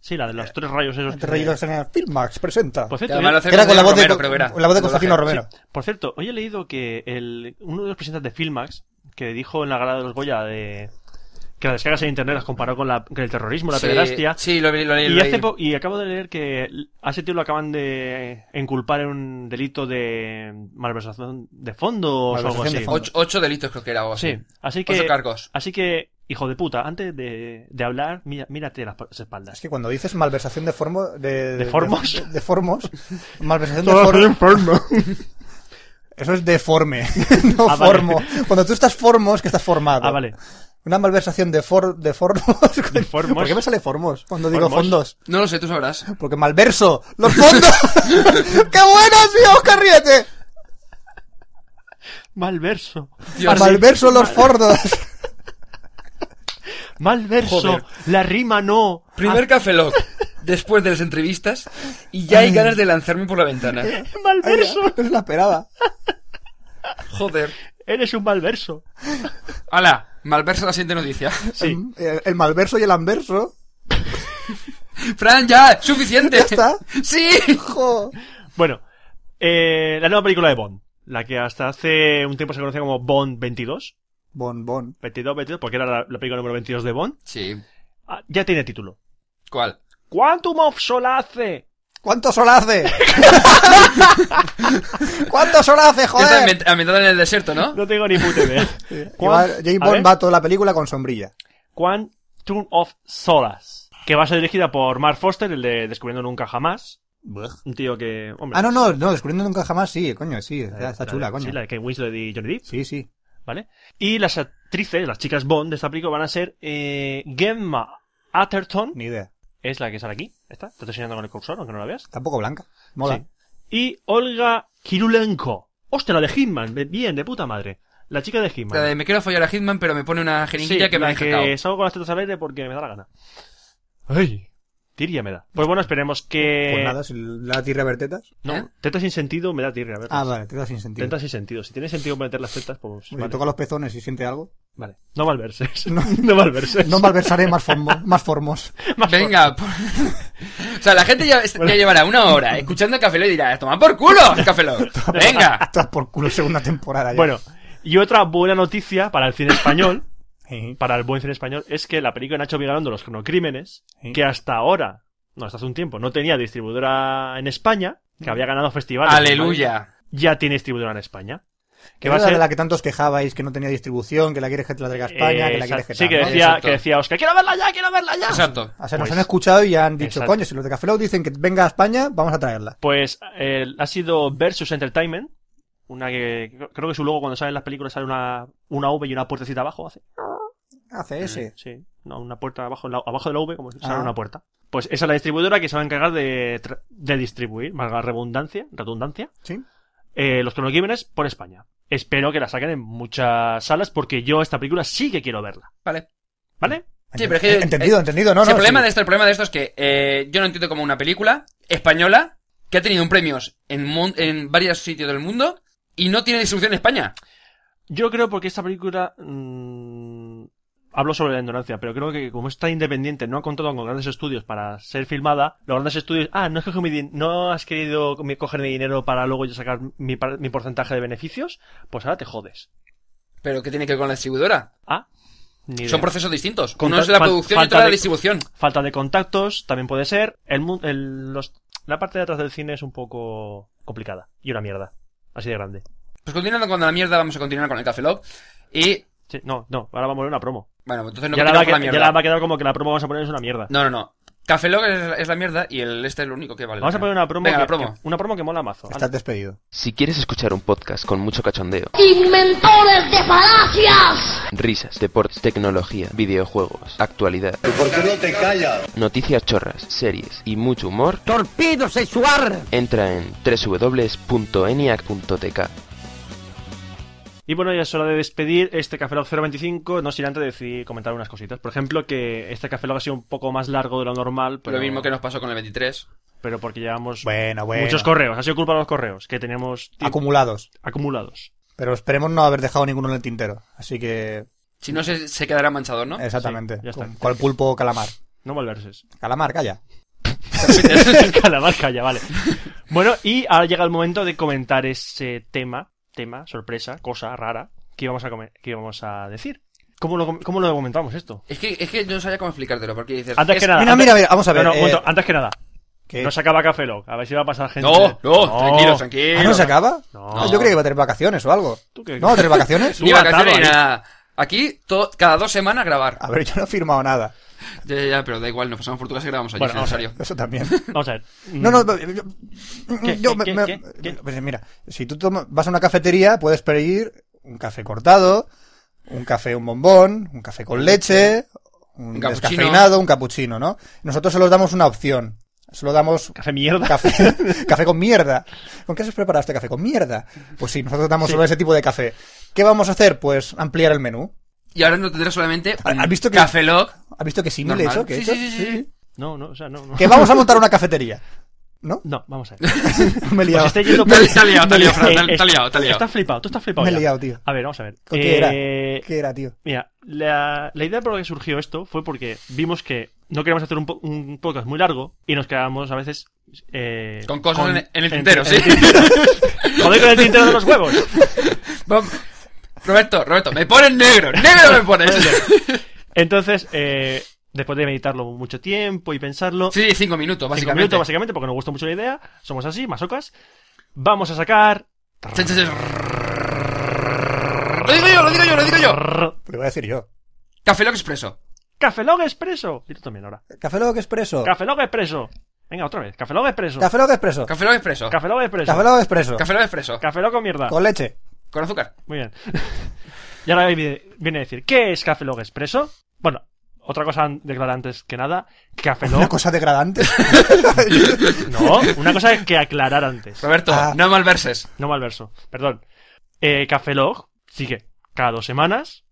Sí, la de los tres rayos esos. que- Te reí de escena, Filmax presenta. Por Que cierto, además oye- lo hace Que era con la voz de, Romero, Co- creo que era. con la voz de Constantino Doblaje. Romero. por cierto, hoy he leído que el, uno de los presidentes de Filmax, que dijo en la gala de los Goya de que las descargas en internet las comparó con, la, con el terrorismo, la Sí, pederastia. Sí, lo, vi- lo leí. lo Y, hace leí. po- y acabo de leer que a ese tío lo acaban de enculpar en un delito de malversación de fondos o algo Malversación de así. fondos. Ocho, ocho delitos creo que era o así. Sí, así Ocho que cargos. Así que, hijo de puta, antes de, de hablar, mira- mírate las las Es espaldas. que cuando dices malversación de formos... De, ¿De formos? De, de formos. Malversación de formos. Eso es deforme, no Ah, vale. formo. Cuando tú estás formos, que estás formado. Ah, vale. Una malversación de, for, de formos. De formos. ¿Por qué me sale formos cuando digo Formos. fondos? No lo sé, tú sabrás. Porque malverso. ¡Los fondos! ¡Qué buenas, tío! ¡Oscar, ríete! Malverso. Ah, Dios. Malverso los fondos. Malverso. Joder. La rima no. Primer Café Lock, después de las entrevistas, y ya hay ganas de lanzarme por la ventana. Ah, malverso. No se la esperaba. Joder. Eres un malverso. Ala, malversa la siguiente noticia. Sí. Em, eh, El, el malverso y el anverso. Fran, ya, suficiente. Ya está. Sí. Jo. Bueno, eh, la nueva película de Bond. La que hasta hace un tiempo se conocía como Bond 22. Bon, bon. 22, 22, porque era la, la película número 22 de Bond. Sí. Ah, ya tiene título. ¿Cuál? Quantum of Solace. ¿Cuánto sol hace? ¿Cuánto sol hace, Está joder? ambient- ambientada en el desierto, ¿no? No tengo ni puta idea. Igual, Quan- James a ver. Bond va toda la película con sombrilla. Quantum of Solace, que va a ser dirigida por Mark Foster, el de Descubriendo Nunca Jamás. Un tío que. Hombre, Ah, no, no, no, descubriendo nunca jamás, sí, coño, sí, la- está, está pues, eh, la- chula, Sí, coño. la de Kate Winslet y Johnny Depp, Sí, sí. ¿vale? Y las actrices, las chicas Bond de esta película van a ser eh, Gemma Atherton, Ni idea. es la que sale aquí, está, te estoy enseñando con el cursor, aunque no la veas. Tampoco blanca. Mola. Sí. Y Olga Kirulenko. Hostia, la de Hitman, de- bien, de puta madre. La chica de Hitman. La de Eh, me quiero follar a Hitman, pero me pone una jeringuilla Sí, que la me ha dejado. que salgo con las tetas al aire porque me da la gana. Ay, tiria me da. Pues bueno, esperemos que... Pues nada, si la tierra vertetas. No, ¿Eh? tetas sin sentido me da tirria, a ver. Ah, vale, te da sin sentido. Tetas sin sentido. Si tiene sentido meter las tetas, pues Si vale. toca los pezones y siente algo. Vale. No malverses. No. No, malverses. No malversaré más, formo- más formos. Más Venga. por- o sea, la gente ya, ya llevará una hora escuchando el Café Lock y dirá, toma por culo el Café Lock. Venga. Estás por culo segunda temporada ya. Bueno, y otra buena noticia para el cine español, Sí. para el buen cine español, es que la película de Nacho Vigalondo, Los cronocrímenes, Sí. que hasta ahora, no, hasta hace un tiempo, no tenía distribuidora en España, Mm. que había ganado festivales. Aleluya. Ya tiene distribuidora en España. Que Que va a la ser... de la que tantos quejabais, que no tenía distribución, que la quieres que te la traiga a España, Eh, que la exacto. quieres que Sí, que tal, ¿no? decía, Exacto. que decía Oscar, quiero verla ya, quiero verla ya. Exacto. O sea, nos Pues- han escuchado y han dicho, Exacto. coño, si los de Café Lock dicen que venga a España, vamos a traerla. Pues eh, ha sido Versus Entertainment, una que creo que su logo cuando salen las películas sale una, una V y una puertecita abajo. Hace, Mm. Hace ese. sí, no, una puerta abajo, la- abajo de la V como si sale Ah. una puerta. Pues esa es la distribuidora que se va a encargar de, tra- de distribuir, valga la redundancia, redundancia Sí. eh, Los Cronocrímenes por España. Espero que la saquen en muchas salas porque yo esta película sí que quiero verla. Vale. ¿Vale? Sí, pero es que- Entendido, eh, entendido, no, Si no. el, problema sí. de esto, el problema de esto es que eh, yo no entiendo como una película española que ha tenido un premios en, mon- en varios sitios del mundo y no tiene distribución en España. Yo creo porque esta película... mm, hablo sobre la ignorancia, pero creo que como es tan independiente, no ha contado con grandes estudios para ser filmada, los grandes estudios... Ah, no, has cogido mi din- no has querido mi- coger mi dinero para luego yo sacar mi, par- mi porcentaje de beneficios, pues ahora te jodes. Pero ¿qué tiene que ver con la distribuidora? Ah, ni idea. Son procesos distintos. Con Uno tal- es la fal- producción y falta otro la de- distribución. Falta de contactos también puede ser. El, mu- el- los- la parte de atrás del cine es un poco complicada y una mierda. Así de grande. Pues continuando con la mierda, vamos a continuar con el Café Lock. Y, Sí, no, no, ahora vamos a poner una promo. bueno, entonces no ya, la va a, continuamos con la que- ya mierda. la va a quedar como que la promo vamos a poner es una mierda. No, no, no. Café Lock es, es la mierda y el este es lo único que vale. la vamos a pena. poner una promo, Venga, que, la promo. que- una promo que mola mazo. Estás despedido. Si quieres escuchar un podcast con mucho cachondeo, inventores de falacias. risas, deportes, tecnología, videojuegos, actualidad, ¿Por qué no te callas? noticias chorras, series y mucho humor, ¡Torpedo sexual! Entra en www.eniac.tk. Y bueno, ya es hora de despedir este Café Log 025, no sin antes decir, comentar unas cositas. Por ejemplo, que este Café Log ha sido un poco más largo de lo normal, pero, Lo mismo que nos pasó con el 23. pero porque llevamos Bueno, bueno. muchos correos. Ha sido culpa de los correos, que teníamos tiemp- acumulados. acumulados. Pero esperemos no haber dejado ninguno en el tintero. Así que, Si no, se, se quedará manchado, ¿no? exactamente. Sí, ya está. Con- Cual pulpo o calamar. No malverses. Calamar, calla. Calamar calla, vale. Bueno, y ahora llega el momento de comentar ese tema, tema, sorpresa, cosa rara, que íbamos a, come- que íbamos a decir. ¿Cómo lo, com- ¿Cómo lo comentamos esto? Es que, es que yo no sabía cómo explicártelo, porque dices... Antes es- que nada. Mira, antes- mira, mira, vamos a ver, No, no, un eh, momento, antes que nada. Que... No se acaba Café Lock, A ver si va a pasar gente. No, no, tranquilo, tranquilo. Ah, ¿no se acaba? No. Ah, Yo creía que iba a tener vacaciones o algo. ¿Tú qué? ¿No? ¿Tener vacaciones? Tú Ni atado vacaciones ni ahí. nada. Aquí, todo- cada dos semanas grabar. A ver, yo no he firmado nada. Ya, ya, ya, pero da igual, nos pasamos por tu casa y grabamos allí, Bueno, en vamos a serio. Eso también. Vamos a ver. Mm, No, no, yo, ¿Qué, yo qué, me- qué, me- qué, qué? pues mira, si tú toma- vas a una cafetería, puedes pedir un café cortado, un café, un bombón, un café con leche, un, Un cappuccino. descafeinado, un capuchino, ¿no? Nosotros solo damos una opción. Solo damos Café mierda. café, café con mierda. ¿Con qué se prepara este café? Con mierda. Pues sí, nosotros damos solo ese tipo de café. ¿Qué vamos a hacer? Pues ampliar el menú. Y ahora no tendrás solamente un ¿Has visto que- Café Lock ¿Has visto qué símil he normal. hecho? que he Sí, hecho? sí, sí, sí, sí. No, no, o sea, no. no. Que vamos a montar una cafetería. ¿No? No, vamos a ver. Me he liado. Os estáis yendo Te por- te ha liado, te ha liado, Fran, te ha- Eh, te ha liado, te ha Tú liado. estás flipado, tú estás flipado. Me he ya. liado, tío. A ver, vamos a ver. ¿Con qué era? Eh, ¿Qué era, tío? Mira, la, la idea por la que surgió esto fue porque vimos que no queríamos hacer un, po- un podcast muy largo y nos quedábamos a veces. eh, Con cosas en el- en el tintero, sí. tintero. Joder, con el tintero de los huevos. Vamos. Roberto, Roberto, me pones negro, negro me pones. Entonces, eh, después de meditarlo mucho tiempo y pensarlo, Sí, cinco minutos, cinco básicamente. minutos básicamente, porque nos gustó mucho la idea, somos así, masocas, vamos a sacar. Ch- ch- ch- Lo digo yo, lo digo yo, lo digo yo. Pues Lo voy a decir yo. Café Lock Expreso. Café Log Expreso. Y tú también ahora. Café Lock Expreso. Café Log Expreso. Venga, otra vez. Café Log Expreso. Oh. Café Lock Expreso. Café Lock Expreso. Café Log Expreso. Café Lock Expreso. Café Lock Expreso. Café Log con mierda. Con leche. Con azúcar. Muy bien. Y ahora viene viene a decir, ¿qué es Café Log Expreso? Bueno, otra cosa an- declarar antes que nada, Café Una Log... cosa degradante. No, una cosa que aclarar antes. Roberto, Ah. no malverses. No mal verso, perdón. Eh, Café Log sigue cada dos semanas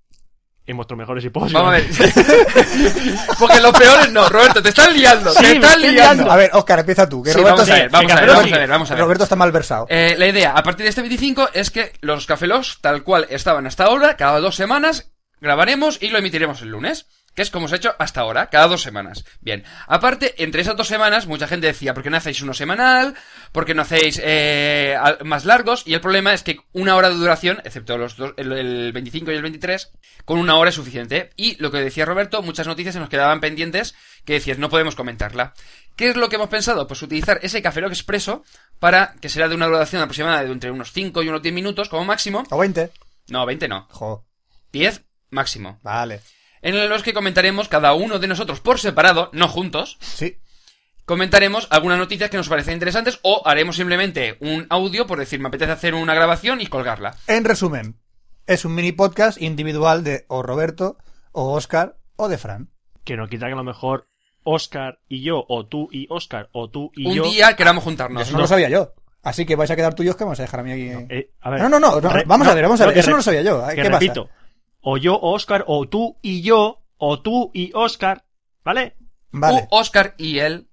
en vuestros mejores y posibles. Vamos a ver. Porque los peores no, Roberto, te estás liando, Sí, te me estás estoy liando. liando. a ver, Oscar, empieza tú. Que Sí, Roberto, vamos a se- ver, vamos a Venga, ver, pero vamos sí. a ver, vamos a ver. Roberto está mal versado. Eh, la idea, a partir de este 25, es que los cafelos, tal cual estaban hasta ahora, cada dos semanas, grabaremos y lo emitiremos el lunes. Que es como se ha hecho hasta ahora, cada dos semanas. Bien. Aparte, entre esas dos semanas, mucha gente decía, ¿por qué no hacéis uno semanal? ¿Por qué no hacéis eh, al- más largos? Y el problema es que una hora de duración, excepto los dos, el, el 25 y el 23, con una hora es suficiente. Y lo que decía Roberto, muchas noticias se nos quedaban pendientes que decías, no podemos comentarla. ¿Qué es lo que hemos pensado? Pues utilizar ese Café Lock Expreso para que será de una duración aproximada de entre unos 5 y unos 10 minutos como máximo. O 20. No, 20 no. Jo, 10 máximo. vale. En los que comentaremos cada uno de nosotros por separado, no juntos. Sí. Comentaremos algunas noticias que nos parecen interesantes o haremos simplemente un audio por decir, me apetece hacer una grabación y colgarla. En resumen, es un mini podcast individual de o Roberto, o Oscar, o de Fran. Que no quita que a lo mejor Oscar y yo, o tú y Oscar, o tú y un yo... día queramos juntarnos. Eso no lo sabía yo. Así que vais a quedar tú y Oscar, me vas a dejar a mí aquí. eh. Eh, a ver. No, no, no, no, Re- vamos a ver, vamos a ver, que eso no re- lo sabía yo, ¿eh? que ¿Qué pasa? repito. O yo, Oscar, o tú y yo, o tú y Oscar, ¿vale? Vale. U, Oscar y él.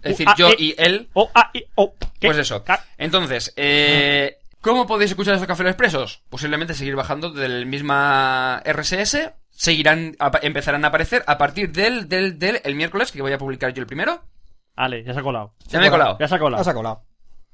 Es decir, U, A, yo E. y él. O, ah, y, o, ¿qué? Pues eso. Ca- Entonces, eh, ¿cómo podéis escuchar estos cafés expresos? Posiblemente seguir bajando del misma RSS. Seguirán, apa- empezarán a aparecer a partir del, del, del, el miércoles, que voy a publicar yo el primero. Vale, ya se ha colado. Ya me he colado. Ya se ha colado. Has colado.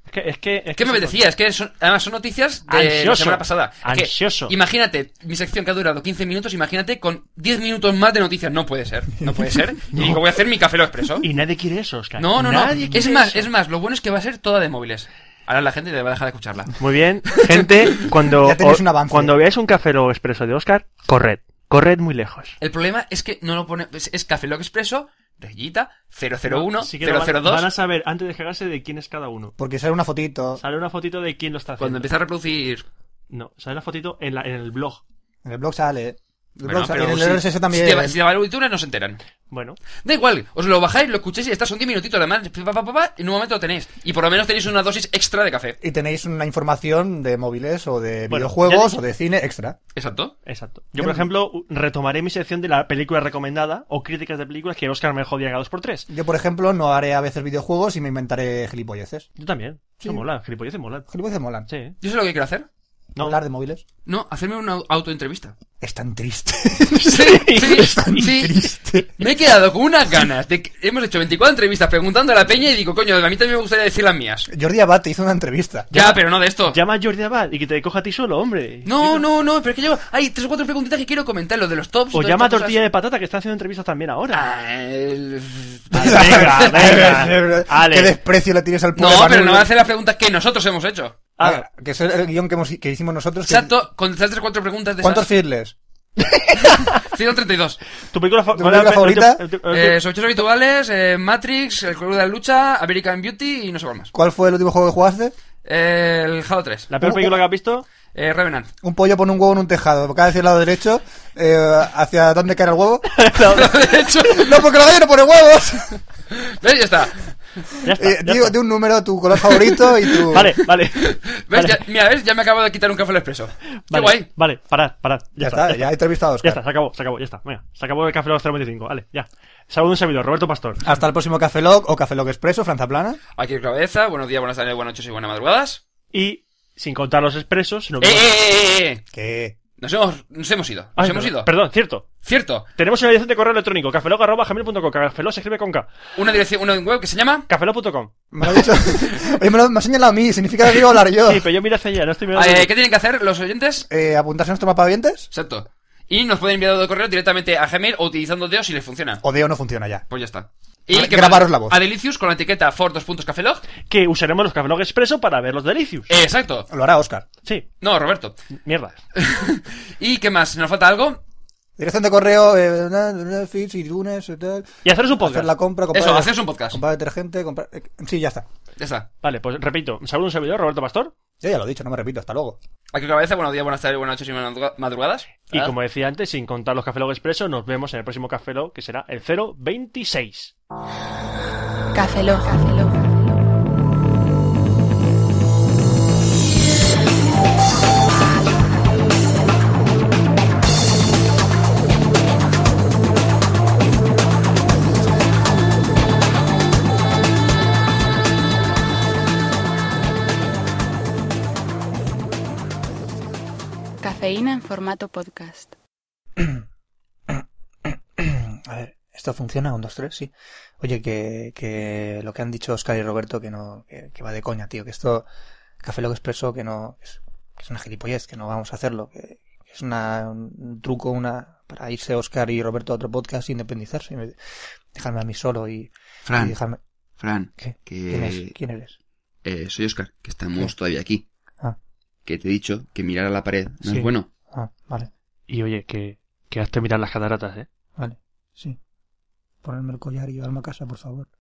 Es que, es que, es ¿Qué que me se- apetecía? Es que son, además son noticias de la Ansioso. semana pasada. Es que, Ansioso. imagínate, mi sección que ha durado 15 minutos, imagínate con 10 minutos más de noticias. No puede ser, no puede ser. Y digo, voy a hacer mi café lo expreso. Y nadie quiere eso, Oscar. No, no, no. Nadie Es quiere más, eso. es más, lo bueno es que va a ser toda de móviles. Ahora la gente le va a dejar de escucharla. Muy bien, gente, cuando, Ya tenéis un avance. cuando veáis un café lo expreso de Oscar, corred. Corred muy lejos. El problema es que no lo pone. Es, es Café Lock Expreso, rayita, 001, Sí que lo van- 002. Van a saber antes de descargarse de quién es cada uno. Porque sale una fotito Sale una fotito de quién lo está Cuando haciendo. empieza a reproducir. No, sale la fotito en, la- en el blog. En el blog sale. El Bueno, blog sale. pero y en si- el RSS también. Si te, va- si te va a la auditoría no se enteran. Bueno, Da igual, os lo bajáis, lo escucháis y está, son 10 minutitos, además, pa, pa, pa, pa, en un momento lo tenéis. Y por lo menos tenéis una dosis extra de café. Y tenéis una información de móviles o de Bueno, videojuegos ya- o de cine extra. Exacto. exacto. Yo, por ejemplo, u- retomaré mi sección de la película recomendada o críticas de películas que Oscar me jodía cada 2x3. Yo, por ejemplo, no haré a veces videojuegos y me inventaré gilipolleces. Yo también. Eso mola, gilipolleces mola. Gilipolleces molan. Sí. ¿eh? Yo sé lo que quiero hacer. No. Hablar de móviles. No, hacerme una au- autoentrevista. Es tan triste. Sí, sí. triste. Me he quedado con unas ganas. De que- hemos hecho 24 entrevistas preguntando a la peña y digo, coño, a mí también me gustaría decir las mías. Jordi Abad te hizo una entrevista. Ya, pero no de esto. Llama a Jordi Abad y que te coja a ti solo, hombre. No, no, no, pero es que llevo. Hay tres o cuatro preguntitas que quiero comentar, lo de los tops. O todas Pues llama a estas Tortilla cosas. de Patata, que está haciendo entrevistas también ahora. Ah, Ah, el- Venga, venga. Ale. Qué desprecio le tienes al No, pobre pero Manolo. no va a hacer las preguntas que nosotros hemos hecho. Ah, que es el guión que, hemos- que hicimos nosotros. que- Exacto, contestar tres o cuatro preguntas de ¿Cuántos esas. feedles? 132. ¿Tu película, fa- ¿Tu cuál es la pe- película favorita? el tu- el tu- Eh, Sobre hechos habituales, eh, Matrix, El Club de la Lucha, American Beauty y no sé cuál más. ¿Cuál fue el último juego que jugaste? Eh, el Halo 3. ¿La peor película que has visto? Eh, Revenant. Un pollo pone un huevo en un tejado. Cada hacia el lado derecho, eh, hacia dónde cae el huevo. de hecho, No, porque la gallina no pone huevos. ¿ves? Ya está. Ya está, Eh, ya di, está. di un número, tu color favorito y tu. Vale, vale. eh, ¿Ves? Vale. Ya- mira, ¿ves? Ya me acabo de quitar un café al expreso. Qué Vale, guay. Vale, parad, parad. Ya está, ya he entrevistado Ya a Oscar. está, se acabó, se acabó, ya está. Venga, se acabó el Café Lock 025, vale, ya. Saludo de un servidor, Roberto Pastor. Ah. Hasta el próximo Café Lock o Café Lock Expreso, Franza Plana. Aquí el cabeza, buenos días, buenas tardes, buenas noches y buenas madrugadas. Y, sin contar los expresos, no ¡Eh, eh, eh, eh, eh! Que Nos hemos, nos hemos ido. Nos Ay, hemos perdón, ido. Perdón, cierto. Cierto. Tenemos una dirección de correo electrónico, cafelog.gmail.com, cafelog se escribe con K, Una dirección, una web que se llama. cafelog.com. me lo ha dicho. Oye, me lo me ha señalado a mí, significa que iba a hablar yo. Sí, pero yo miro hacia allá, no estoy mirando... Eh, ¿Qué tienen que hacer los oyentes? Eh, ¿Apuntarse a nuestro mapa de dientes? Exacto. Y nos pueden enviar el correo directamente a Gmail o utilizando Deo si les funciona. Odeo no funciona ya. Pues ya está. Vale, que grabaros la voz. A Delicious con la etiqueta for dos puntos Café Lock. Que usaremos los Cafelog Expreso para ver los delicios. Eh, exacto. Lo hará Oscar. Sí, No, Roberto. mierda. ¿Y qué más? ¿Nos falta algo? Dirección de correo, eh, na- Netflix, iTunes, y eh, tal. Y haceros un podcast. Hacer la compra, comprar. Eso, haceros un podcast. Comprar detergente, comprar. eh, Sí, ya está. Ya está. Vale, pues repito, saludo de un servidor, Roberto Pastor. Yo ya lo he dicho, no me repito, hasta luego. Aquí cabeza, buenos días, buenas tardes, buenas noches y buenas madruga- madrugadas. Y ¿Verdad? como decía antes, sin contar los Cafelog Expreso, nos vemos en el próximo Cafelog, que será el 026. Café Lock. Cafeína en formato podcast. A ver, ¿esto funciona? Un, dos, tres, sí. Oye, que, que lo que han dicho Oscar y Roberto, que no, que, que va de coña, tío, que esto, Café Loco Expreso, que no, que es, que es una gilipollez, que no vamos a hacerlo, que, que es una, un truco, una, para irse Oscar y Roberto a otro podcast e independizarse, y me- dejarme a mí solo y, y Fran, dejarme, Fran, ¿qué? ¿Quién es? que ¿Quién eres? eh, soy Oscar, que estamos ¿Qué? todavía aquí. Ah. Que te he dicho que mirar a la pared no Sí. es bueno. Ah, vale, Y oye, que, que hazte mirar las cataratas, ¿eh? vale, sí. Ponerme el collar y llevarme a casa, por favor.